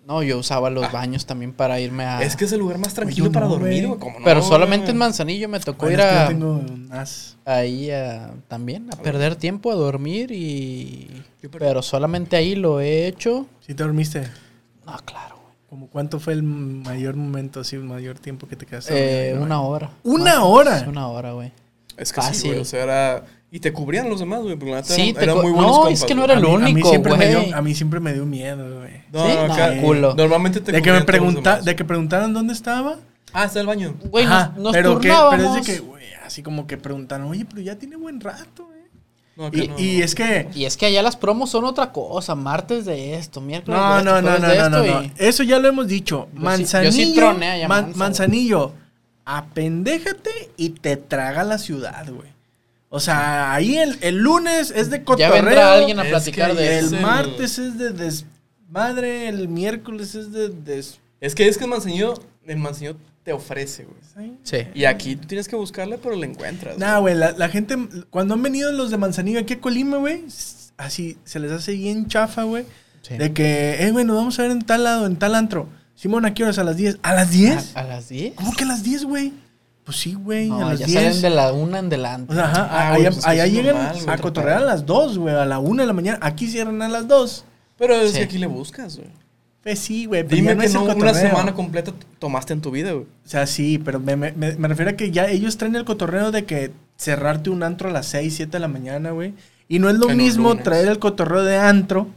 Speaker 3: No, yo usaba
Speaker 1: Ah.
Speaker 3: los baños también para irme a...
Speaker 2: Es que es el lugar más tranquilo
Speaker 1: no,
Speaker 2: para
Speaker 1: güey.
Speaker 2: dormir, güey. ¿cómo no,
Speaker 3: Ah. Pero
Speaker 2: güey?
Speaker 3: solamente en Manzanillo me tocó
Speaker 1: Bueno,
Speaker 3: ir
Speaker 1: es que
Speaker 3: a...
Speaker 1: yo tengo un as.
Speaker 3: Ahí a- también, a perder tiempo, a dormir y...
Speaker 2: Yo perdí.
Speaker 3: Pero solamente ahí lo he hecho.
Speaker 1: Si te dormiste,
Speaker 3: No, claro, güey.
Speaker 1: ¿como cuánto fue el mayor momento, así, el mayor tiempo que te quedaste?
Speaker 3: Eh,
Speaker 1: dormido?
Speaker 3: una hora.
Speaker 1: ¿Una
Speaker 3: Más-
Speaker 1: hora?
Speaker 3: Una hora, güey.
Speaker 2: Es que sí,
Speaker 3: Fácil.
Speaker 2: güey, o sea, era... Y te cubrían los demás, güey. porque la neta
Speaker 3: Sí,
Speaker 2: eran-
Speaker 3: te
Speaker 2: eran
Speaker 3: cu-
Speaker 2: muy buenos
Speaker 3: no,
Speaker 2: compas,
Speaker 3: es que no
Speaker 2: güey.
Speaker 3: era el
Speaker 1: a, mí, a mí
Speaker 3: único,
Speaker 1: siempre me
Speaker 3: güey.
Speaker 1: dio, a mí siempre me dio miedo, güey.
Speaker 2: No,
Speaker 3: Sí,
Speaker 2: acá-
Speaker 3: no, culo.
Speaker 2: Normalmente te
Speaker 1: De que, me
Speaker 2: cubrían todos los
Speaker 1: pregunta,
Speaker 2: demás.
Speaker 1: de que preguntaran dónde estaba.
Speaker 2: Ah, está el baño.
Speaker 3: Güey,
Speaker 1: Ajá,
Speaker 3: nos, nos
Speaker 1: pero que, pero es de
Speaker 3: turnábamos.
Speaker 1: que, güey, así como que preguntaron, oye, pero ya tiene buen rato, eh.
Speaker 2: No, acá
Speaker 1: Y,
Speaker 2: no.
Speaker 1: y es que.
Speaker 3: Y es que allá las promos son otra cosa. Martes de esto, miércoles de
Speaker 1: No,
Speaker 3: esto,
Speaker 1: no, no,
Speaker 3: jueves
Speaker 1: no,
Speaker 3: Pues, de
Speaker 1: no, no,
Speaker 3: esto
Speaker 1: no.
Speaker 3: y-
Speaker 1: Eso ya lo hemos dicho.
Speaker 3: Yo sí-
Speaker 1: Manzanillo.
Speaker 3: yo sí troné allá,
Speaker 1: man-
Speaker 3: manso,
Speaker 1: manzanillo, apendéjate y te traga la ciudad, güey. O sea, ahí el, el lunes es de
Speaker 3: Ya
Speaker 1: cotorreo.
Speaker 3: vendrá alguien a
Speaker 2: Es
Speaker 3: platicar
Speaker 2: que
Speaker 3: de
Speaker 2: es-
Speaker 1: El
Speaker 3: eso.
Speaker 2: el-
Speaker 1: martes es de desmadre, el miércoles es de des...
Speaker 2: Es que es que el Manseño, el Manseño te ofrece, güey.
Speaker 3: Sí.
Speaker 2: Y aquí tú tienes que buscarla, pero la encuentras.
Speaker 1: Nah, güey, la, la gente, cuando han venido los de Manzanillo aquí a Colima, güey, s- así se les hace bien chafa, güey.
Speaker 3: Sí.
Speaker 1: De que, eh, güey, nos vamos a ver en tal lado, en tal antro. Simón, ¿a qué horas? ¿A las 10? ¿A las 10?
Speaker 3: ¿A, a las 10?
Speaker 1: ¿Cómo que a las 10, güey? Pues sí, güey,
Speaker 3: No,
Speaker 1: a las
Speaker 3: ya salen
Speaker 1: 10.
Speaker 3: de la una en delante.
Speaker 1: O sea, ajá,
Speaker 2: Ah,
Speaker 1: a-
Speaker 2: güey,
Speaker 1: allá,
Speaker 2: pues es que
Speaker 1: allá
Speaker 2: es
Speaker 1: llegan
Speaker 2: normal, güey,
Speaker 1: a
Speaker 2: otro
Speaker 1: cotorrear a
Speaker 2: pedo.
Speaker 1: las 2, güey, a la 1 de la mañana. Aquí cierran a las 2.
Speaker 2: Pero es
Speaker 3: Sí.
Speaker 2: que aquí le buscas, güey.
Speaker 1: Pues sí, güey, pero ya
Speaker 2: Dime que
Speaker 1: es el
Speaker 2: no una
Speaker 1: cotorreo.
Speaker 2: semana completa t- tomaste en tu vida, güey.
Speaker 1: O sea, sí, pero me, me- me- me refiero a que ya ellos traen el cotorreo de que cerrarte un antro a las 6, 7 de la mañana, güey. Y no es lo
Speaker 2: En un
Speaker 1: mismo
Speaker 2: lunes.
Speaker 1: traer el cotorreo de antro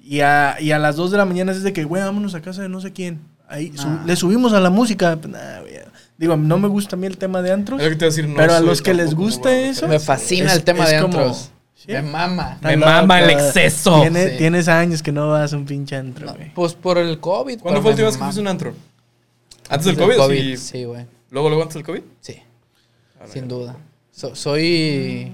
Speaker 1: y a, y a las 2 de la mañana es de que, güey, vámonos a casa de no sé quién. Ahí su-
Speaker 3: Nah.
Speaker 1: le subimos a la música. Pues, nah, güey. Digo, no me gusta a mí el tema de antros.
Speaker 2: Es lo que te iba a decir, no
Speaker 1: Pero a
Speaker 2: soy
Speaker 1: los que les
Speaker 2: tampoco
Speaker 1: gusta
Speaker 2: muy bueno,
Speaker 1: eso,
Speaker 2: pero-
Speaker 3: Me fascina
Speaker 1: Es-
Speaker 3: el tema
Speaker 1: es
Speaker 3: de
Speaker 1: como-
Speaker 3: antros.
Speaker 1: ¿Sí?
Speaker 3: Me mama.
Speaker 1: Está
Speaker 2: Me mama el
Speaker 1: loco.
Speaker 2: exceso.
Speaker 1: Tiene-
Speaker 3: Sí.
Speaker 1: Tienes años que no vas a un pinche antro,
Speaker 3: No,
Speaker 1: güey.
Speaker 3: pues por el COVID.
Speaker 2: ¿Cuándo
Speaker 3: pero
Speaker 2: fue el
Speaker 3: me
Speaker 2: última vez que
Speaker 3: mama.
Speaker 2: fuiste a un antro? ¿Antes del COVID?
Speaker 3: COVID,
Speaker 2: Sí.
Speaker 3: Sí, güey.
Speaker 2: ¿Luego, luego antes del COVID?
Speaker 3: Sí,
Speaker 2: Ah, no,
Speaker 3: sin
Speaker 2: ya.
Speaker 3: duda. So- soy...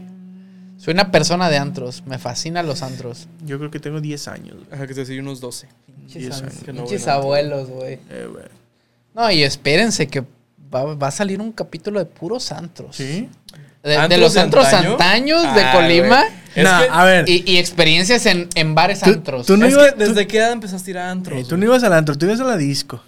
Speaker 3: Soy una persona de antros. Me fascinan los antros.
Speaker 1: Yo creo que tengo 10 años, güey.
Speaker 2: Ajá, que te decía unos 12.
Speaker 1: Diez años.
Speaker 2: que no
Speaker 3: Pinches
Speaker 2: voy a un antro.
Speaker 3: abuelos, güey.
Speaker 1: Eh, güey.
Speaker 3: No, y espérense que va, va a salir un capítulo de puros antros.
Speaker 1: ¿Sí?
Speaker 3: De, de
Speaker 2: ¿Antros
Speaker 3: los
Speaker 2: de
Speaker 3: antros
Speaker 2: antaño?
Speaker 3: antaños de
Speaker 2: Ah,
Speaker 3: Colima.
Speaker 2: güey. Es
Speaker 1: Nah,
Speaker 2: que-
Speaker 1: a ver.
Speaker 3: Y, y experiencias en, en bares
Speaker 1: Tú-
Speaker 3: antros.
Speaker 1: tú no
Speaker 2: es
Speaker 1: ibas-
Speaker 2: que
Speaker 1: tú-
Speaker 2: ¿Desde qué edad empezaste a ir a antros?
Speaker 1: Eh, tú no ibas al antro, tú ibas a la disco.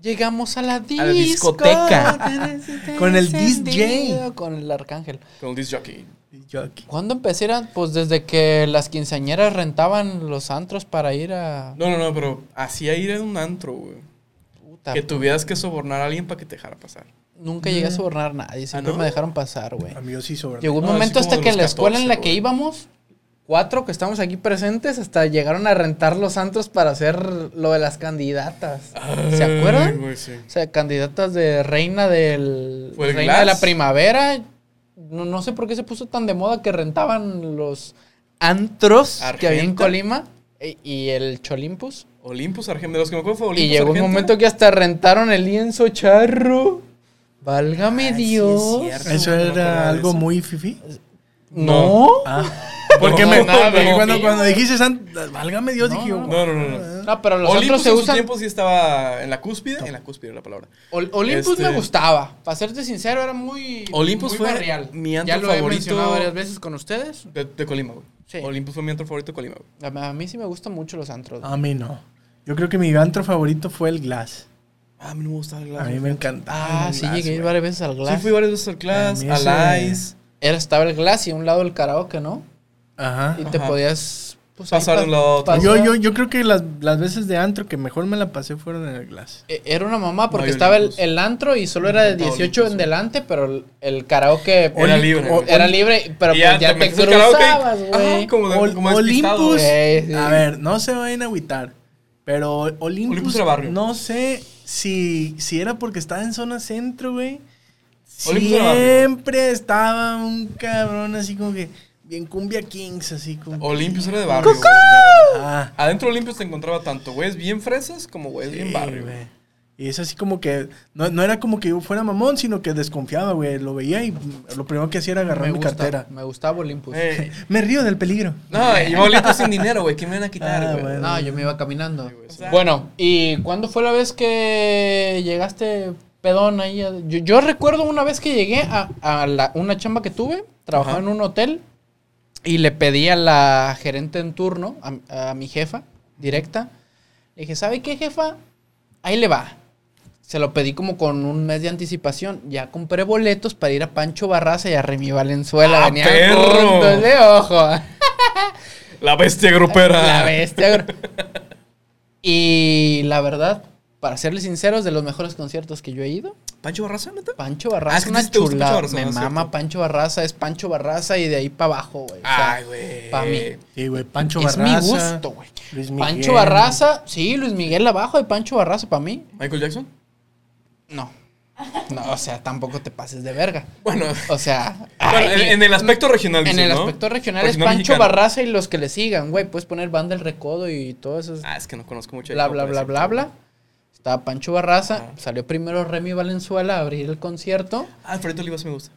Speaker 3: Llegamos a la, disco,
Speaker 2: la discoteca.
Speaker 3: discoteca.
Speaker 1: Con el DJ.
Speaker 3: Con el arcángel.
Speaker 2: Con un disc jockey.
Speaker 1: Yo aquí.
Speaker 3: ¿Cuándo empecé? Era, Pues desde que las quinceañeras rentaban los antros para ir a.
Speaker 2: No, no, no, pero hacía ir a un antro, güey.
Speaker 3: Puta,
Speaker 2: Que tuvieras que sobornar a alguien para que te dejara pasar.
Speaker 3: Nunca llegué a sobornar a nadie. Siempre
Speaker 2: no?
Speaker 3: me dejaron pasar, güey.
Speaker 1: Amigos sí sobre.
Speaker 3: Llegó un
Speaker 2: No, así
Speaker 3: momento
Speaker 2: como
Speaker 3: hasta
Speaker 2: de
Speaker 3: que
Speaker 2: los
Speaker 3: la escuela en la
Speaker 2: 14,
Speaker 3: que
Speaker 2: güey.
Speaker 3: íbamos, cuatro que estamos aquí presentes, hasta llegaron a rentar los antros para hacer lo de las candidatas. ¿Se
Speaker 2: Ay,
Speaker 3: acuerdan?
Speaker 2: güey, sí.
Speaker 3: O sea, candidatas de reina del
Speaker 2: Fue el
Speaker 3: reina de
Speaker 2: Glass.
Speaker 3: la primavera. No, no sé por qué se puso tan de moda que rentaban los antros que había en
Speaker 2: ¿Argenta?
Speaker 3: Colima e- y el Cholimpus.
Speaker 2: Olympus Argento. De los que me acuerdo fue Olympus
Speaker 3: y llegó
Speaker 2: Argento.
Speaker 3: un momento que hasta rentaron el lienzo charro. Válgame
Speaker 2: Ah, sí, es
Speaker 3: Dios.
Speaker 2: cierto.
Speaker 1: ¿Eso
Speaker 2: No me acordaba de
Speaker 1: era algo
Speaker 2: eso.
Speaker 1: muy fifi?
Speaker 3: No.
Speaker 1: Ah,
Speaker 2: No,
Speaker 1: porque me,
Speaker 2: no, no,
Speaker 1: porque
Speaker 2: no.
Speaker 1: cuando, cuando dijiste, san- válgame Dios,
Speaker 3: No,
Speaker 1: dije,
Speaker 3: no,
Speaker 2: No, no, no, no.
Speaker 3: No, Ah, pero los
Speaker 2: Olympus
Speaker 3: antros se
Speaker 2: en su
Speaker 3: usan.
Speaker 2: tiempo sí estaba en la cúspide. En la cúspide era la palabra.
Speaker 3: Ol- Olympus
Speaker 2: Este-
Speaker 3: me gustaba. Para serte sincero, era muy.
Speaker 2: Olympus
Speaker 3: muy
Speaker 2: fue
Speaker 3: barrial.
Speaker 2: mi
Speaker 3: Ya
Speaker 2: antro
Speaker 3: lo he
Speaker 2: favorito.
Speaker 3: mencionado varias veces con ustedes.
Speaker 2: De, de Colima, güey.
Speaker 3: Sí.
Speaker 2: Olympus fue mi antro favorito de Colima, güey.
Speaker 3: A, a mí sí me gustan mucho los antros.
Speaker 2: Ah,
Speaker 1: a mí no. Yo creo que mi antro favorito fue el Glass.
Speaker 2: Ah, a mí no me gustaba el
Speaker 1: A
Speaker 2: Glass.
Speaker 1: mí
Speaker 2: güey.
Speaker 1: me encantaba.
Speaker 3: ah,
Speaker 1: el
Speaker 3: sí,
Speaker 1: Glass,
Speaker 3: llegué a ir
Speaker 1: güey.
Speaker 3: varias veces al
Speaker 2: Sí,
Speaker 3: Glass.
Speaker 2: fui varias veces al
Speaker 1: A
Speaker 2: Glass,
Speaker 1: mí
Speaker 2: al
Speaker 1: ese-
Speaker 2: Ice.
Speaker 3: Era, estaba el Glass y a un lado el karaoke, ¿no?
Speaker 1: Ajá.
Speaker 3: Y te
Speaker 2: Ajá.
Speaker 3: podías. pues,
Speaker 2: Pasar
Speaker 3: ahí
Speaker 2: de un lado a otro.
Speaker 3: pasar.
Speaker 1: Yo, yo, yo creo que las, las veces de antro que mejor me la pasé fueron en el Glass.
Speaker 3: E- Era una mamá porque
Speaker 2: yo
Speaker 3: estaba el,
Speaker 2: Olympus.
Speaker 3: el antro y solo era de
Speaker 2: Olympus,
Speaker 3: 18 en
Speaker 2: güey.
Speaker 3: delante, pero el, el karaoke
Speaker 2: Era
Speaker 3: Oli-
Speaker 2: libre,
Speaker 3: o-
Speaker 2: güey.
Speaker 3: era libre, pero
Speaker 2: Y
Speaker 3: pues ya
Speaker 2: te
Speaker 3: te
Speaker 2: metes al karaoke.
Speaker 3: cruzabas,
Speaker 2: Ajá,
Speaker 3: güey.
Speaker 2: como de-
Speaker 1: Ol-
Speaker 2: como despistado,
Speaker 1: Olympus.
Speaker 2: güey.
Speaker 3: Sí, sí.
Speaker 1: A ver, no se vayan a agüitar. Pero Olympus,
Speaker 2: Olympus era barrio.
Speaker 1: no sé si, si era porque estaba en zona centro, güey.
Speaker 2: Olympus era barrio.
Speaker 1: Siempre estaba un cabrón así como que bien cumbia kings, así como... que-
Speaker 2: Olympus era de barrio. güey.
Speaker 1: Ah,
Speaker 2: Adentro de Olympus te encontraba tanto güeyes bien fresas como güeyes bien
Speaker 1: sí,
Speaker 2: barrio. güey.
Speaker 1: güey. Y es así como que, no, no era como que yo fuera mamón, sino que desconfiaba, güey. Lo veía y lo primero que hacía era agarrar
Speaker 3: Me,
Speaker 1: mi
Speaker 3: gusta,
Speaker 1: cartera.
Speaker 3: me gustaba Olympus.
Speaker 2: Eh,
Speaker 1: Me río del peligro.
Speaker 2: no, y Olympus sin dinero, güey. ¿Qué me van a
Speaker 1: Ah,
Speaker 2: quitar, güey?
Speaker 1: bueno.
Speaker 3: No, yo me iba caminando.
Speaker 2: Sí, güey, sí.
Speaker 3: Bueno, ¿y cuándo fue la vez que llegaste pedón ahí? a- Yo, yo recuerdo una vez que llegué a, a la- una chamba que tuve, trabajaba
Speaker 2: Ajá.
Speaker 3: en un hotel y le pedí a la gerente en turno, a, a mi jefa directa, le dije, ¿sabe qué jefa? Ahí le va. Se lo pedí como con un mes de anticipación. Ya compré boletos para ir a Pancho Barraza y a Remy Valenzuela.
Speaker 2: ¡Ah,
Speaker 3: Venían
Speaker 2: perro!
Speaker 3: juntos de ojo.
Speaker 2: La bestia grupera.
Speaker 3: La bestia. bro. y la verdad, para serles sinceros, de los mejores conciertos que yo he ido,
Speaker 2: ¿Pancho Barraza, neta?
Speaker 3: Pancho Barraza
Speaker 2: Ah,
Speaker 3: es
Speaker 2: es que
Speaker 3: una
Speaker 2: sí te gusta
Speaker 3: chulada.
Speaker 2: Pancho Barraza,
Speaker 3: Me
Speaker 2: ¿no es
Speaker 3: mama
Speaker 2: cierto?
Speaker 3: Pancho Barraza, es Pancho Barraza y de ahí para abajo, güey. O sea,
Speaker 2: Ay, güey.
Speaker 3: pa' mí.
Speaker 1: Sí, güey, Pancho
Speaker 3: es
Speaker 1: Barraza.
Speaker 3: mi gusto, güey.
Speaker 1: Luis
Speaker 3: Pancho
Speaker 1: Miguel.
Speaker 3: Barraza, sí, Luis Miguel abajo y Pancho Barraza para mí,
Speaker 2: ¿Michael Jackson?
Speaker 3: no. No, o sea, tampoco te pases de verga.
Speaker 2: Bueno,
Speaker 3: O sea,
Speaker 2: bueno,
Speaker 3: ay,
Speaker 2: en, en el aspecto regional,
Speaker 3: en
Speaker 2: dices,
Speaker 3: el
Speaker 2: ¿no?
Speaker 3: aspecto regional es
Speaker 2: Regional
Speaker 3: Pancho
Speaker 2: mexicano.
Speaker 3: Barraza y los que le sigan, güey. Puedes poner banda El Recodo y todo eso.
Speaker 2: Ah, es que no conozco mucho.
Speaker 3: bla,
Speaker 2: hip hop,
Speaker 3: bla,
Speaker 2: por
Speaker 3: bla,
Speaker 2: decirte.
Speaker 3: bla, bla. Estaba Pancho Barraza.
Speaker 2: Ajá.
Speaker 3: Salió primero Remy Valenzuela a abrir el concierto.
Speaker 2: Ah, Alfredo Olivas me gusta.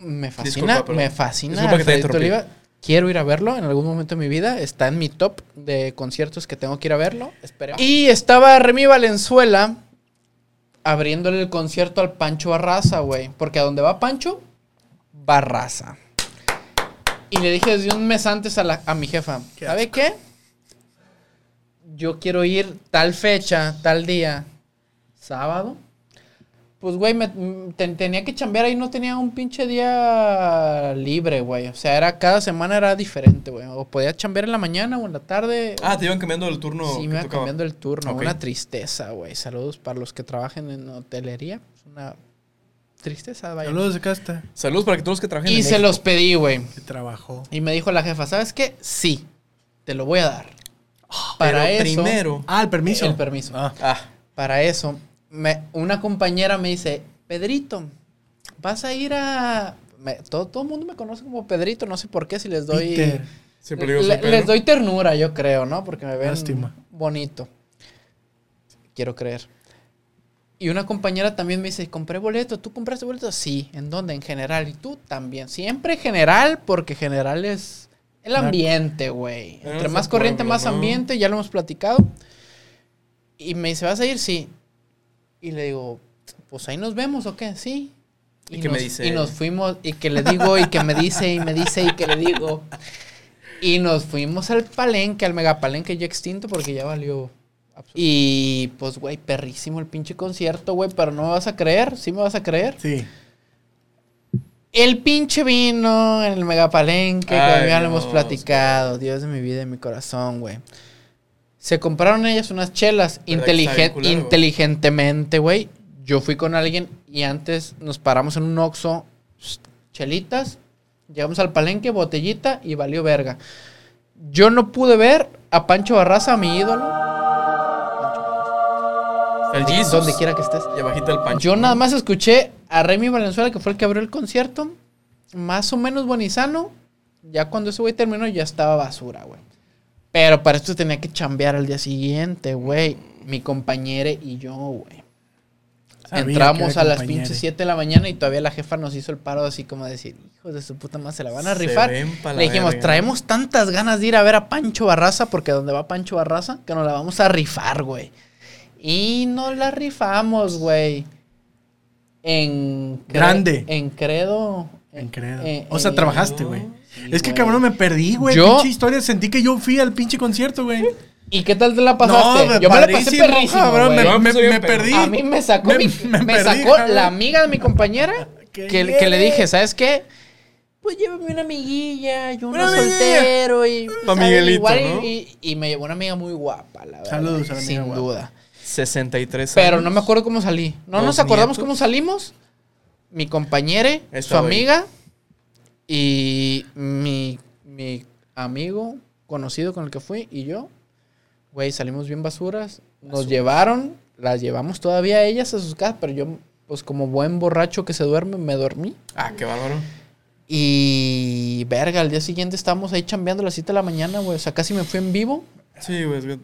Speaker 3: Me
Speaker 2: Disculpa,
Speaker 3: fascina,
Speaker 2: perdón.
Speaker 3: me fascina.
Speaker 2: Disculpa que te
Speaker 3: Alfredito
Speaker 2: interrumpí.
Speaker 3: Oliva. Quiero ir a verlo en algún momento de mi vida. Está en mi top de conciertos que tengo que ir a verlo. Esperemos. Y estaba Remy Valenzuela abriéndole el concierto al Pancho Barraza, güey. Porque a donde va Pancho, Barraza. Y le dije desde un mes antes a, la- a mi jefa,
Speaker 1: Qué
Speaker 3: ¿sabe qué? Yo quiero ir tal fecha, tal día, sábado. Pues, güey, me- mm, ten- tenía que chambear ahí, no tenía un pinche día libre, güey. O sea, era cada semana era diferente, güey. O podía chambear en la mañana o en la tarde.
Speaker 2: Ah, te iban cambiando el turno.
Speaker 3: sí,
Speaker 2: que
Speaker 3: me iba
Speaker 2: tocaba.
Speaker 3: cambiando el turno.
Speaker 2: Ok.
Speaker 3: Una tristeza, güey. Saludos para los que trabajan en hotelería. Es una tristeza, vaya.
Speaker 1: Saludos de casta.
Speaker 2: Saludos para que todos los que trabajen
Speaker 3: Y
Speaker 2: en
Speaker 3: se
Speaker 2: México.
Speaker 3: los pedí, güey.
Speaker 1: Se trabajó.
Speaker 3: Y me dijo la jefa, ¿sabes qué? Sí, te lo voy a dar. Para
Speaker 2: Ah, Pero
Speaker 3: eso,
Speaker 2: primero...
Speaker 1: Ah, el permiso.
Speaker 3: El permiso.
Speaker 1: Ah.
Speaker 2: Ah,
Speaker 3: para eso, me- una compañera me dice, Pedrito, vas a ir a... me- todo, todo el mundo me conoce como Pedrito, no sé por qué, si les doy...
Speaker 1: Peter.
Speaker 2: siempre digo
Speaker 3: le-
Speaker 2: soy Pedro.
Speaker 3: les doy ternura, yo creo, ¿no? Porque me ven
Speaker 1: Lástima.
Speaker 3: bonito. Quiero creer. Y una compañera también me dice, compré boleto, ¿tú compraste boleto? Sí, ¿en dónde? En general. Y tú también. Siempre general, porque general es el
Speaker 1: Naco.
Speaker 3: ambiente, güey.
Speaker 2: Ah,
Speaker 3: Entre
Speaker 2: es
Speaker 3: más
Speaker 2: el
Speaker 3: corriente,
Speaker 2: pueblo,
Speaker 3: más
Speaker 2: ¿no?
Speaker 3: ambiente, ya lo hemos platicado. Y me dice, ¿vas a ir? Sí. Y le digo, pues ahí nos vemos o qué, sí.
Speaker 2: ¿Y qué me
Speaker 3: nos,
Speaker 2: dice
Speaker 3: y
Speaker 2: ella?
Speaker 3: nos fuimos, y que le digo, y que me dice, y me dice, y que le digo. Y nos fuimos al palenque, al megapalenque ya extinto, porque ya valió Y pues, güey, perrísimo el pinche concierto, güey, pero no me vas a creer, sí me vas a creer.
Speaker 1: Sí.
Speaker 3: El pinche vino en el megapalenque,
Speaker 2: Ay,
Speaker 3: güey, ya lo hemos
Speaker 2: Dios,
Speaker 3: platicado, Dios de mi vida y mi corazón, güey. Se compraron ellas unas chelas
Speaker 2: ¿Verdad que está bien
Speaker 3: inteligen-
Speaker 2: culero?
Speaker 3: inteligentemente, güey. Yo fui con alguien y antes nos paramos en un Oxxo, pss, chelitas, llegamos al palenque, botellita y valió verga. Yo no pude ver a Pancho Barraza, mi ídolo. Pancho Barraza,
Speaker 2: El
Speaker 3: de-
Speaker 2: Jesus.
Speaker 3: Donde quiera que estés.
Speaker 2: Y abajito el pancho.
Speaker 3: Yo nada más escuché a Remy Valenzuela, que fue el que abrió el concierto. Más o menos bonizano. Ya cuando ese güey terminó, ya estaba basura, güey. Pero para esto tenía que chambear al día siguiente, güey. Mi compañera y yo, güey.
Speaker 1: Sabía que
Speaker 3: Entramos
Speaker 1: era
Speaker 3: a las
Speaker 1: compañero.
Speaker 3: pinches 7 de la mañana y todavía la jefa nos hizo el paro así como de decir, hijos de su puta madre, se la van a
Speaker 2: Se
Speaker 3: rifar.
Speaker 2: ven pa' la
Speaker 3: Le dijimos,
Speaker 2: verga.
Speaker 3: traemos tantas ganas de ir a ver a Pancho Barraza, porque donde va Pancho Barraza, que nos la vamos a rifar, güey. Y nos la rifamos, güey. En... cre-
Speaker 1: Grande.
Speaker 3: En credo.
Speaker 1: En credo.
Speaker 3: eh,
Speaker 1: o sea,
Speaker 3: eh,
Speaker 1: trabajaste, güey. es que, cabrón, me perdí, güey.
Speaker 3: Yo-
Speaker 1: Pinche historia. Sentí que yo fui al pinche concierto, güey.
Speaker 3: ¿Y qué tal te la pasaste?
Speaker 1: güey,
Speaker 3: Yo me la pasé
Speaker 1: padrísimo,
Speaker 3: perrísimo,
Speaker 1: cabrón,
Speaker 3: güey.
Speaker 1: me, me-
Speaker 2: Yo me
Speaker 1: me perdí.
Speaker 2: perdí.
Speaker 3: A mí me sacó,
Speaker 1: Me-
Speaker 3: mi-
Speaker 1: me
Speaker 3: me
Speaker 1: perdí,
Speaker 3: sacó
Speaker 1: cabrón.
Speaker 3: la amiga de mi compañera
Speaker 1: Que
Speaker 3: que, que
Speaker 1: viene.
Speaker 3: le dije, ¿sabes qué? Pues llévame una amiguilla, yo
Speaker 1: Una
Speaker 3: no
Speaker 1: amiguilla.
Speaker 3: soltero y... ¿sabes?
Speaker 2: Miguelito,
Speaker 3: Igual y-
Speaker 2: ¿no?
Speaker 3: y, y me llevó una amiga muy guapa, la verdad.
Speaker 1: Saludos a la amiga
Speaker 3: Sin
Speaker 1: guapa.
Speaker 3: duda.
Speaker 2: 63
Speaker 3: Pero
Speaker 2: años.
Speaker 3: no me acuerdo cómo salí. No
Speaker 2: ¿Dos
Speaker 3: nos acordamos
Speaker 2: nietos?
Speaker 3: cómo salimos. Mi compañera,
Speaker 2: Esta
Speaker 3: su
Speaker 2: güey.
Speaker 3: amiga y mi, mi amigo conocido con el que fui y yo. Güey, salimos bien basuras. Nos llevaron, las llevamos todavía a ellas a sus casas, pero yo, pues como buen borracho que se duerme, me dormí.
Speaker 2: Ah, qué bárbaro.
Speaker 3: Y verga, al día siguiente estábamos ahí chambeando a las 7 de la mañana, güey. O sea, casi me fui en vivo.
Speaker 2: Sí, güey. es que-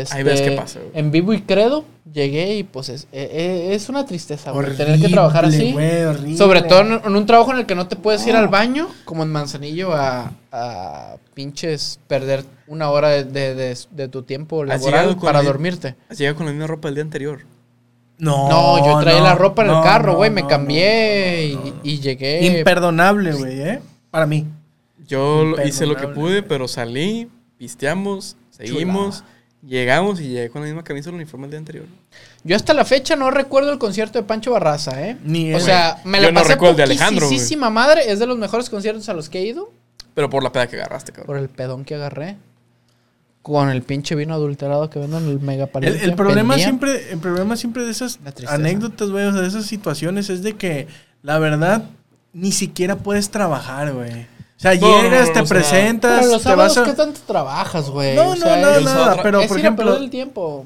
Speaker 3: Este,
Speaker 2: ves qué pasa, güey.
Speaker 3: En vivo y credo, llegué y pues es, eh, eh, es una tristeza, güey,
Speaker 1: Horrible,
Speaker 3: Tener que trabajar así.
Speaker 1: güey, horrible. Oh.
Speaker 3: Sobre todo en, en un trabajo en el que no te puedes ir al baño, como en Manzanillo, a, a pinches perder una hora de, de- de- de tu tiempo
Speaker 2: llegado
Speaker 3: laboral
Speaker 2: con
Speaker 3: para
Speaker 2: el-
Speaker 3: dormirte.
Speaker 2: Has llegado con la misma ropa del día anterior.
Speaker 1: No,
Speaker 3: No, yo traía
Speaker 1: no,
Speaker 3: la ropa en
Speaker 1: no,
Speaker 3: el carro,
Speaker 1: no,
Speaker 3: güey, me
Speaker 1: no,
Speaker 3: cambié
Speaker 1: no, no,
Speaker 3: y,
Speaker 1: no.
Speaker 3: y llegué. pues,
Speaker 1: Imperdonable, güey, ¿eh? Para mí.
Speaker 2: Yo lo- hice lo que
Speaker 1: Imperdonable,
Speaker 2: pude,
Speaker 1: güey.
Speaker 2: pero salí, pisteamos, seguimos, llegamos y llegué con la misma camisa del uniforme del día anterior.
Speaker 3: Yo hasta la fecha no recuerdo el concierto de Pancho Barraza, ¿eh?
Speaker 1: Ni
Speaker 3: o
Speaker 1: él.
Speaker 3: sea, me
Speaker 2: Yo
Speaker 3: la
Speaker 2: no
Speaker 3: pasé
Speaker 2: recuerdo el de Alejandro, güey.
Speaker 3: poquisísima madre. Es de los mejores conciertos a los que he ido.
Speaker 2: Pero por la peda que agarraste, cabrón.
Speaker 3: Por el pedón que agarré. Con el pinche vino adulterado que venden en el mega
Speaker 1: El,
Speaker 3: Palenque,
Speaker 1: el problema
Speaker 3: vendían.
Speaker 1: siempre, el problema siempre de esas
Speaker 3: La tristeza.
Speaker 1: anécdotas, güey, o sea, de esas situaciones es de que la verdad ni siquiera puedes trabajar, güey. O sea,
Speaker 2: No, no,
Speaker 1: llegas,
Speaker 2: no,
Speaker 1: te
Speaker 2: o sea,
Speaker 1: presentas,
Speaker 3: Pero los
Speaker 1: te vas
Speaker 3: sábados,
Speaker 1: a
Speaker 3: ¿qué tanto trabajas, güey?
Speaker 1: No,
Speaker 3: O
Speaker 1: no,
Speaker 3: sea,
Speaker 1: no,
Speaker 2: es-
Speaker 1: nada, pero
Speaker 3: es
Speaker 1: por
Speaker 3: ir a perder
Speaker 1: ejemplo, eh.
Speaker 3: el tiempo.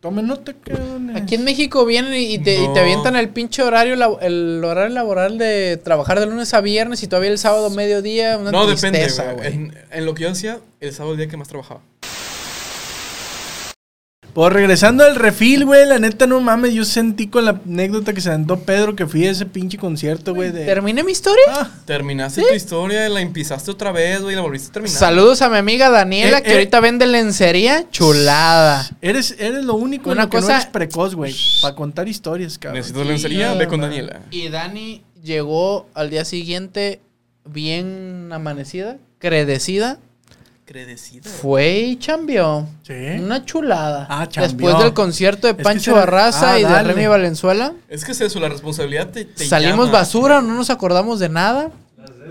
Speaker 1: tomen nota, cabrones.
Speaker 3: Aquí en México vienen y y te, y te
Speaker 2: No.
Speaker 3: avientan el pinche horario, lab- el horario laboral de trabajar de lunes a viernes y todavía el sábado mediodía. Una
Speaker 2: no, depende,
Speaker 3: tristeza,
Speaker 2: güey.
Speaker 3: güey.
Speaker 2: En, en lo que yo hacía, el sábado el día que más trabajaba.
Speaker 1: Pues regresando al refil, güey, la neta no mames, yo sentí con la anécdota que se aventó Pedro que fui a ese pinche concierto, güey, de
Speaker 3: ¿Terminé mi historia?
Speaker 1: Ah,
Speaker 2: Terminaste tu historia, la empezaste otra vez, güey, y la volviste a terminar.
Speaker 3: Saludos a mi amiga Daniela,
Speaker 1: Eh,
Speaker 3: que
Speaker 1: eh.
Speaker 3: ahorita vende lencería chulada.
Speaker 1: eres eres lo único en
Speaker 3: Una
Speaker 1: lo que no
Speaker 3: cosa-
Speaker 1: eres precoz, güey, para contar historias, cabrón.
Speaker 2: Necesito lencería, ve con Daniela.
Speaker 3: Y Dani llegó al día siguiente bien amanecida, credecida,
Speaker 2: Credecida.
Speaker 3: fue y chambeó.
Speaker 1: Sí.
Speaker 3: Una chulada.
Speaker 1: ¿Eh? Ah, chambeó.
Speaker 3: Después del concierto de
Speaker 1: que
Speaker 3: Pancho
Speaker 1: será-
Speaker 3: Barraza
Speaker 1: Ah,
Speaker 3: y de
Speaker 1: dale.
Speaker 3: Remy Valenzuela,
Speaker 2: Es que es eso, la responsabilidad te, te
Speaker 3: salimos
Speaker 2: llama.
Speaker 3: basura, no nos acordamos de nada.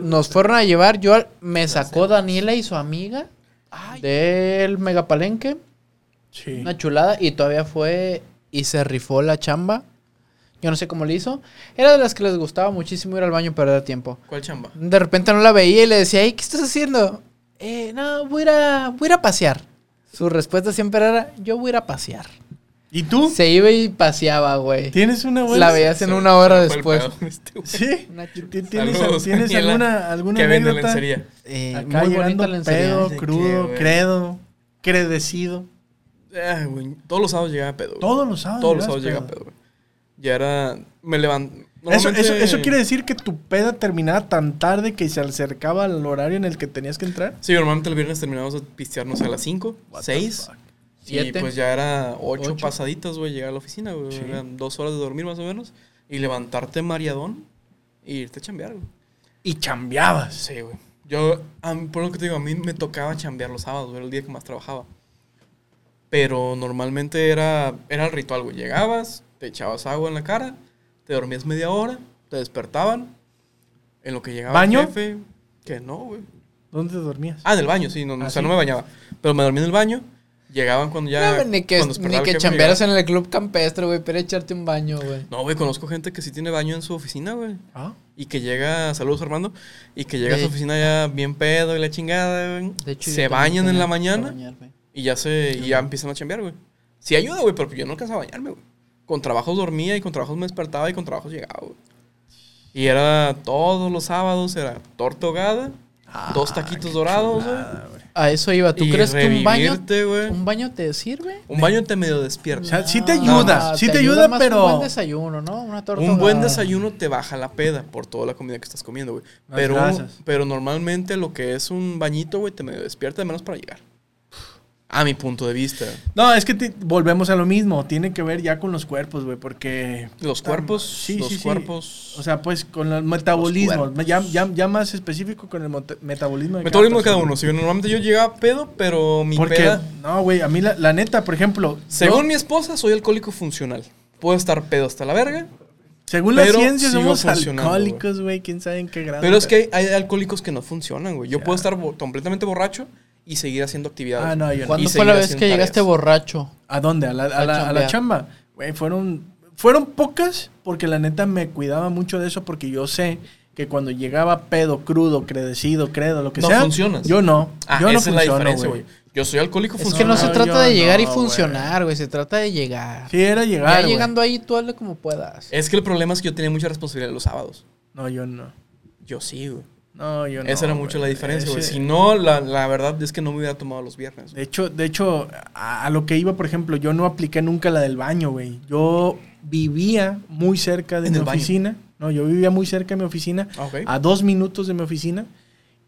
Speaker 3: Nos fueron a llevar, yo al- me sacó Daniela y su amiga del Megapalenque.
Speaker 1: Sí.
Speaker 3: Una chulada y todavía fue y se rifó la chamba. Yo no sé cómo le hizo. Era de las que les gustaba muchísimo ir al baño y perder tiempo.
Speaker 2: ¿Cuál chamba?
Speaker 3: De repente no la veía y le decía, "Ey, ¿qué estás haciendo? "Eh, no, voy a, ir a- voy a ir a pasear. Su respuesta siempre era, yo voy a ir a pasear.
Speaker 1: ¿Y tú?
Speaker 3: Se iba y paseaba, güey.
Speaker 1: ¿Tienes una buena?
Speaker 3: La veías en
Speaker 2: Se-
Speaker 3: una hora
Speaker 2: se me fue el
Speaker 3: después.
Speaker 2: pedo, este, güey.
Speaker 1: Sí.
Speaker 3: Una chul-
Speaker 1: ¿Ti- ¿Tienes,
Speaker 2: Saludos,
Speaker 1: tienes
Speaker 2: Daniela,
Speaker 1: alguna, alguna
Speaker 2: que vende
Speaker 1: anécdota?
Speaker 2: lencería.
Speaker 3: Eh,
Speaker 1: Acá
Speaker 3: muy
Speaker 1: llegando
Speaker 3: bonita la enseñanza.
Speaker 1: pedo,
Speaker 2: ¿De qué,
Speaker 1: crudo,
Speaker 2: güey?
Speaker 1: credo, credecido.
Speaker 2: Ay, Ah, güey, todos los sábados llegaba pedo. güey.
Speaker 1: Todos los sábados.
Speaker 2: Todos los sábados
Speaker 1: llegas
Speaker 2: llegaba
Speaker 1: pedo.
Speaker 2: pedo, güey. Ya era. Me levanté.
Speaker 1: Eso, eso, eso quiere decir que tu peda terminaba tan tarde que se acercaba al horario en el que tenías que entrar.
Speaker 2: Sí, normalmente el viernes terminábamos de pistearnos a las 5, 6. Y
Speaker 3: Siete.
Speaker 2: pues ya era 8
Speaker 3: Ocho.
Speaker 2: pasaditas, güey, llegar a la oficina, güey.
Speaker 1: Sí.
Speaker 2: Eran dos horas de dormir más o menos. Y levantarte mariadón y irte a chambear, güey.
Speaker 1: Y chambeabas.
Speaker 2: Sí, güey. Yo, a mí- por lo que te digo, a mí me tocaba chambear los sábados, güey, era el día que más trabajaba. Pero normalmente era, era el ritual, güey. Llegabas, te echabas agua en la cara, te dormías media hora, te despertaban. En lo que llegaba
Speaker 1: ¿Baño?
Speaker 2: el jefe, que no, güey.
Speaker 1: ¿Dónde te dormías?
Speaker 2: Ah, en el baño, sí, no, no,
Speaker 1: Ah,
Speaker 2: o sea,
Speaker 1: sí.
Speaker 2: no me bañaba. Pero me dormía en el baño, llegaban cuando ya.
Speaker 3: No, ni que,
Speaker 2: cuando despertaba
Speaker 3: ni
Speaker 2: el
Speaker 3: que
Speaker 2: jefe,
Speaker 3: chambearas
Speaker 2: llegaba.
Speaker 3: en el club campestre, güey, pero echarte un baño, güey.
Speaker 2: No, güey, conozco gente que sí tiene baño en su oficina, güey.
Speaker 1: Ah.
Speaker 2: Y que llega, saludos Armando, y que llega a su
Speaker 3: Ey.
Speaker 2: oficina ya bien pedo y la chingada, güey.
Speaker 3: De hecho, yo
Speaker 2: se
Speaker 3: también
Speaker 2: bañan en
Speaker 3: tenía
Speaker 2: la
Speaker 3: que
Speaker 2: mañana
Speaker 3: bañarme.
Speaker 2: y ya se y ya empiezan a chambear, güey. Sí ayuda, güey, pero yo no alcanzaba a bañarme, güey. Con trabajos dormía y con trabajos me despertaba y con trabajos llegaba, güey. Y era todos los sábados, era torta ahogada, dos taquitos dorados, güey.
Speaker 3: A eso iba. Ah, ¿Tú
Speaker 2: y
Speaker 3: crees que un baño,
Speaker 2: revivirte, güey.
Speaker 3: un baño te sirve?
Speaker 2: Un baño te medio
Speaker 1: O
Speaker 2: despierta.
Speaker 1: sea, sí te
Speaker 3: Ah,
Speaker 1: ayuda, sí te ayuda,
Speaker 3: más
Speaker 1: pero-
Speaker 3: Un buen desayuno, ¿no? Una torta.
Speaker 2: Un buen
Speaker 3: ahogada.
Speaker 2: desayuno te baja la peda por toda la comida que estás comiendo, güey.
Speaker 1: Las
Speaker 2: Pero,
Speaker 1: grasas.
Speaker 2: pero normalmente lo que es un bañito, güey, te medio despierta de menos para llegar. A mi punto de vista.
Speaker 1: No, es que te- volvemos a lo mismo. Tiene que ver ya con los cuerpos, güey, porque.
Speaker 2: Los cuerpos,
Speaker 1: Sí,
Speaker 2: los
Speaker 1: sí, sí.
Speaker 2: cuerpos.
Speaker 1: O sea, pues con el metabolismo.
Speaker 2: cuerpos.
Speaker 1: Ya, ya- ya más específico con el mot- metabolismo de
Speaker 2: Metabolismo de cada
Speaker 1: persona.
Speaker 2: uno. Sí, normalmente yo llegaba pedo, pero mi
Speaker 1: Porque,
Speaker 2: peda.
Speaker 1: no, güey, a mí la, la neta, por ejemplo.
Speaker 2: Según
Speaker 1: yo-
Speaker 2: mi esposa, soy alcohólico funcional. Puedo estar pedo hasta la verga.
Speaker 1: según la
Speaker 2: pero
Speaker 1: ciencia,
Speaker 2: sigo
Speaker 1: somos
Speaker 2: funcionando,
Speaker 1: alcohólicos, güey, quién sabe en qué grado.
Speaker 2: Pero es que hay, hay alcohólicos que no funcionan, güey. Yo puedo estar bo- completamente borracho y seguir haciendo actividades.
Speaker 1: Ah, no, yo no.
Speaker 3: ¿Cuándo
Speaker 2: Y
Speaker 3: fue la
Speaker 2: seguir
Speaker 3: vez
Speaker 2: haciendo
Speaker 3: que llegaste
Speaker 2: tareas.
Speaker 3: borracho?
Speaker 1: ¿A dónde? ¿A la, a la- a la
Speaker 3: chambear.
Speaker 1: chamba? Güey, fueron, fueron pocas porque la neta me cuidaba mucho de eso porque yo sé que cuando llegaba pedo, crudo, credecido, credo, lo que
Speaker 2: No
Speaker 1: sea.
Speaker 2: funcionas.
Speaker 1: Yo no.
Speaker 2: Ah,
Speaker 1: yo no
Speaker 2: esa es la
Speaker 1: funciono,
Speaker 2: diferencia,
Speaker 1: güey.
Speaker 2: güey. Yo soy alcohólico
Speaker 3: Es que no se
Speaker 1: yo
Speaker 3: trata de llegar y
Speaker 1: no,
Speaker 3: funcionar, güey. Se trata de llegar.
Speaker 1: Sí, era llegar,
Speaker 3: ya
Speaker 1: güey.
Speaker 3: llegando ahí, tú hazle como puedas.
Speaker 2: Es que el problema es que yo tenía mucha responsabilidad los sábados.
Speaker 1: No, yo no.
Speaker 2: Yo sí, güey.
Speaker 1: No, yo no.
Speaker 2: Esa era
Speaker 1: güey. Eh,
Speaker 2: mucho la diferencia, güey.
Speaker 1: Ese-
Speaker 2: Si no, la, la verdad es que no me hubiera tomado los viernes. güey.
Speaker 1: De hecho, de hecho a, a lo que iba, por ejemplo, yo no apliqué nunca la del baño, güey. Yo vivía muy cerca de
Speaker 2: En
Speaker 1: mi
Speaker 2: el baño.
Speaker 1: oficina. No, yo vivía muy cerca de mi oficina.
Speaker 2: Ah, ok.
Speaker 1: a dos minutos de mi oficina.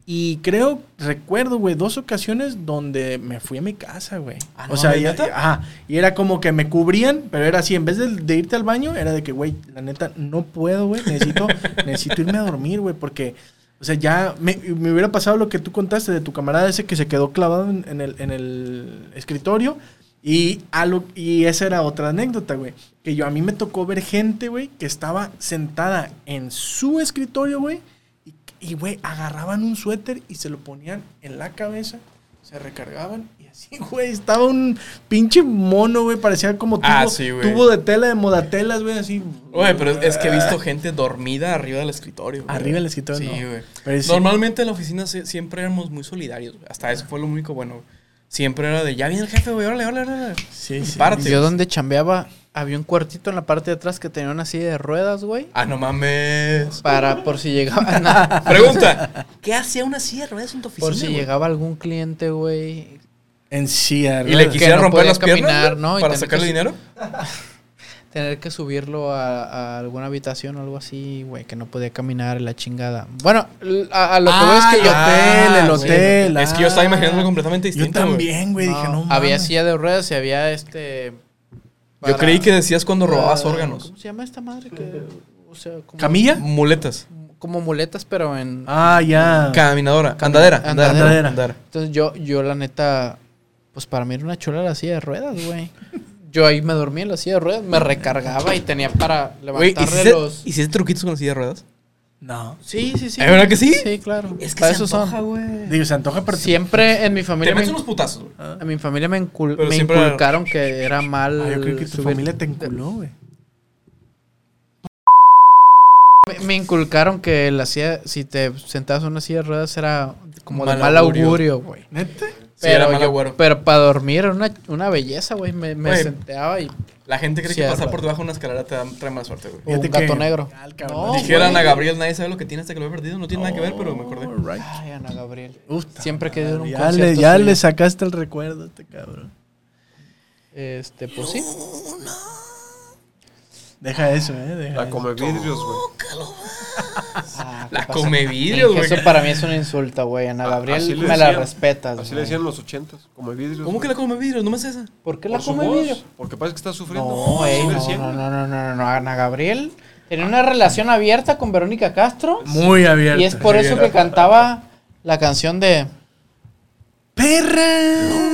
Speaker 1: Y creo, recuerdo, güey, dos ocasiones donde me fui a mi casa, güey.
Speaker 2: Ah,
Speaker 1: o
Speaker 2: no
Speaker 1: sea,
Speaker 2: mames,
Speaker 1: y,
Speaker 2: ¿neta?
Speaker 1: ajá, y era como que me cubrían, pero era así, en vez de, de irte al baño, era de que, güey, la neta, no puedo, güey, necesito, necesito irme a dormir, güey, porque, o sea, ya me, me hubiera pasado lo que tú contaste de tu camarada ese que se quedó clavado en, en el, en el escritorio. Y, a lo- y esa era otra anécdota, güey. Que yo a mí me tocó ver gente, güey, que estaba sentada en su escritorio, güey. Y, y, güey, agarraban un suéter y se lo ponían en la cabeza. Se recargaban y así, güey. Estaba un pinche mono, güey. Parecía como tubo,
Speaker 2: Ah, sí, güey.
Speaker 1: tubo de tela, de modatelas, güey. Así.
Speaker 2: Güey, pero es que he visto gente dormida arriba del escritorio. güey.
Speaker 1: Arriba del escritorio,
Speaker 2: Sí,
Speaker 1: no.
Speaker 2: güey.
Speaker 1: Pero sí.
Speaker 2: Normalmente en la oficina se- siempre éramos muy solidarios. güey. Hasta eso fue lo único bueno. güey. Siempre era de, ya viene el jefe, güey, órale, órale, órale.
Speaker 1: Sí, sí.
Speaker 2: Parte.
Speaker 3: Yo donde chambeaba, había un cuartito en la parte de atrás que tenía una silla de ruedas, güey.
Speaker 2: Ah, no mames.
Speaker 3: Para por si llegaba na-
Speaker 2: Pregunta. ¿Qué hacía una silla de ruedas en tu oficina?
Speaker 3: por si
Speaker 2: güey?
Speaker 3: llegaba algún cliente, güey.
Speaker 1: En sí,
Speaker 2: ¿Y le
Speaker 3: que
Speaker 2: quisiera
Speaker 3: no
Speaker 2: romper
Speaker 3: podía
Speaker 2: las piernas
Speaker 3: caminar,
Speaker 2: güey,
Speaker 3: ¿no? Y
Speaker 2: para
Speaker 3: también
Speaker 2: sacarle
Speaker 3: que-
Speaker 2: dinero?
Speaker 3: Tener que subirlo a, a alguna habitación o algo así, güey, que no podía caminar la chingada. Bueno, l- a, a lo que voy es que yo Ah,
Speaker 1: hotel, Ah, el hotel.
Speaker 2: Es que yo estaba
Speaker 1: ah.
Speaker 2: imaginándolo completamente
Speaker 1: Yo
Speaker 2: distinto. güey.
Speaker 1: también, güey. Dije,
Speaker 3: No,
Speaker 1: no mames.
Speaker 3: había silla de ruedas y había este.
Speaker 2: Yo
Speaker 3: para-
Speaker 2: creí que decías cuando robabas
Speaker 3: para-
Speaker 2: órganos.
Speaker 3: ¿Cómo se llama esta madre? Que, o sea, como,
Speaker 1: ¿Camilla?
Speaker 2: Muletas.
Speaker 3: Como muletas, pero en.
Speaker 1: Ah, ya.
Speaker 2: Caminadora. Andadera. Andadera.
Speaker 1: Andadera.
Speaker 2: andadera.
Speaker 3: Entonces yo, yo la neta, pues para mí era una chula la silla de ruedas, güey. Yo ahí me dormía en la silla de ruedas, me recargaba y tenía para
Speaker 2: Güey,
Speaker 3: levantar
Speaker 2: ¿hiciste,
Speaker 3: los...
Speaker 2: hiciste truquitos con la silla de ruedas?
Speaker 1: no.
Speaker 3: Sí, sí, sí.
Speaker 2: ¿Es verdad que sí?
Speaker 3: Sí, claro.
Speaker 2: güey.
Speaker 1: Digo, se antoja pero
Speaker 3: Siempre en mi
Speaker 2: Te
Speaker 3: familia me,
Speaker 2: metes unos putazos, güey.
Speaker 3: a mi familia me, incul-
Speaker 2: Pero
Speaker 3: me
Speaker 2: siempre era-
Speaker 3: inculcaron que era mal
Speaker 1: Ah, yo creo que tu
Speaker 3: subir-
Speaker 1: familia te enculó, güey.
Speaker 3: Me, me inculcaron que la silla, si te sentabas en una silla de ruedas era como
Speaker 2: Mal
Speaker 3: de mal
Speaker 2: augurio.
Speaker 3: augurio, güey.
Speaker 1: ¿Neta?
Speaker 2: Sí, era mal
Speaker 3: yo-
Speaker 2: agüero.
Speaker 3: pero para dormir era una, una belleza, güey. Me, me
Speaker 2: Güey.
Speaker 3: sentaba y
Speaker 2: La gente cree
Speaker 3: Sí,
Speaker 2: que
Speaker 3: es
Speaker 2: pasar
Speaker 3: verdad.
Speaker 2: por debajo de una escalera te da, trae mala suerte, güey.
Speaker 3: O un gato negro.
Speaker 1: Ah, el cabrón.
Speaker 3: No,
Speaker 1: Dije,
Speaker 2: Dijeran
Speaker 3: güey.
Speaker 2: a Gabriel, nadie sabe lo que tiene hasta que lo he perdido. No tiene nada que ver, pero me acordé.
Speaker 1: alright.
Speaker 3: Ay, Ana Gabriel.
Speaker 1: Uf,
Speaker 3: Siempre que dieron un
Speaker 1: ya
Speaker 3: concierto
Speaker 1: le, ya
Speaker 3: suyo.
Speaker 1: le sacaste el recuerdo a este cabrón.
Speaker 3: Este, pues sí.
Speaker 1: Deja eso, eh. Deja
Speaker 4: La
Speaker 1: eso.
Speaker 4: come vidrios, güey.
Speaker 3: Ah, ¿qué
Speaker 2: La
Speaker 3: pasa?
Speaker 2: come vidrios,
Speaker 3: Dije,
Speaker 2: güey.
Speaker 3: Eso para mí es un insulto, güey. Ana
Speaker 4: Así
Speaker 3: Gabriel,
Speaker 4: le
Speaker 3: me la
Speaker 4: decían-
Speaker 3: respetas,
Speaker 4: Así le
Speaker 3: güey.
Speaker 4: decían en los ochentas, come vidrios.
Speaker 2: ¿Cómo que la come vidrio? No me haces esa.
Speaker 3: ¿Por qué
Speaker 4: Por
Speaker 3: la
Speaker 4: su
Speaker 3: come
Speaker 4: voz,
Speaker 3: vidrio?
Speaker 4: Porque parece que está sufriendo.
Speaker 3: No,
Speaker 4: Así
Speaker 3: ey,
Speaker 4: le
Speaker 3: no,
Speaker 4: decían,
Speaker 3: no,
Speaker 4: güey.
Speaker 3: no, no, no, no, Ana Gabriel tenía una relación abierta con Verónica Castro.
Speaker 1: Muy abierto.
Speaker 3: Y es por eso que cantaba la canción de...
Speaker 1: ¡Perra!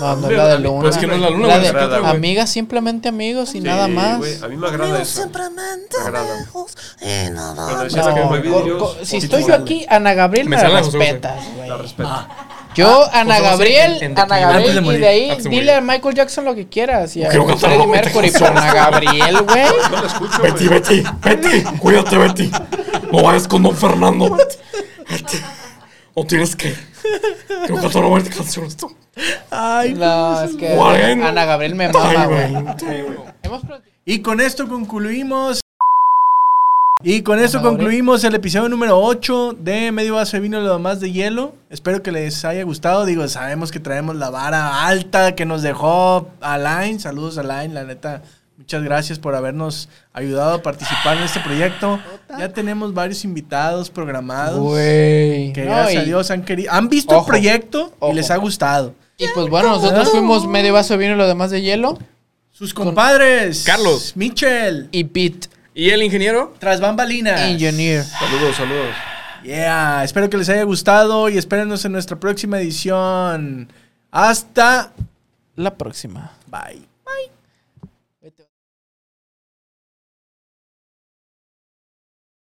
Speaker 3: No, no es la de Luna.
Speaker 2: Pues que no es la Luna, güey,
Speaker 3: de
Speaker 2: es otra, güey.
Speaker 3: amigas, simplemente amigos y nada más.
Speaker 4: güey, a mí me agrada eso.
Speaker 5: simplemente
Speaker 4: Me agrada.
Speaker 5: lejos y nada
Speaker 4: Cuando
Speaker 5: más.
Speaker 4: decías
Speaker 3: No,
Speaker 4: que
Speaker 3: co-
Speaker 4: fue vidrios,
Speaker 3: co- si
Speaker 4: o
Speaker 3: estoy Ah. yo
Speaker 4: Tijuana,
Speaker 3: aquí, Ana Gabriel
Speaker 2: Me
Speaker 3: me
Speaker 2: salen
Speaker 3: la
Speaker 2: los ojos, güey. Ah, pues,
Speaker 3: respetas,
Speaker 4: güey,
Speaker 3: güey.
Speaker 4: La respeto.
Speaker 3: Yo, Ana
Speaker 2: vamos a ir
Speaker 3: Gabriel,
Speaker 2: en- en
Speaker 3: Ana
Speaker 1: Antes
Speaker 2: tequila.
Speaker 1: de
Speaker 3: Gabriel, y
Speaker 1: morir.
Speaker 3: de ahí,
Speaker 2: Antes de
Speaker 3: dile
Speaker 2: morir.
Speaker 3: a Michael Jackson lo que quieras. Y a
Speaker 2: Quiero cantarlo,
Speaker 3: Freddie
Speaker 2: güey, te
Speaker 3: Mercury,
Speaker 2: canso.
Speaker 3: pero Ana Gabriel, güey.
Speaker 4: No lo escucho,
Speaker 6: Betty,
Speaker 4: güey.
Speaker 6: Betty, Betty, cuídate, Betty. No vayas con Don Fernando. Betty. Betty. O tienes que. Creo que no canciones tú.
Speaker 1: Ay,
Speaker 3: No, es que
Speaker 6: O alguien-
Speaker 3: Ana Gabriel me mama,
Speaker 6: Ay,
Speaker 3: güey.
Speaker 6: güey.
Speaker 3: Hemos platicado-
Speaker 1: Y con esto concluimos. Y con esto
Speaker 3: Ganadores.
Speaker 1: concluimos el episodio número 8 de Medio Vaso de Vino, lo más de hielo. Espero que les haya gustado. Digo, sabemos que traemos la vara alta que nos dejó Alain. Saludos, Alain. La neta, muchas gracias por habernos ayudado a participar en este proyecto. Ya tenemos varios invitados programados.
Speaker 3: Güey.
Speaker 1: Que
Speaker 3: No,
Speaker 1: gracias a
Speaker 3: y-
Speaker 1: Dios han querido. Han visto
Speaker 3: Ojo,
Speaker 1: el proyecto
Speaker 3: ojo.
Speaker 1: y les ha gustado.
Speaker 3: Y pues bueno, nosotros
Speaker 1: Ah.
Speaker 3: fuimos medio vaso de vino y lo demás de hielo.
Speaker 1: Sus compadres.
Speaker 2: Carlos.
Speaker 1: Michel.
Speaker 3: Y Beat
Speaker 2: ¿Y el ingeniero?
Speaker 1: Tras bambalinas.
Speaker 3: Engineer.
Speaker 4: Saludos, saludos.
Speaker 1: Yeah, espero que les haya gustado y espérenos en nuestra próxima edición. Hasta
Speaker 3: La próxima.
Speaker 1: bye.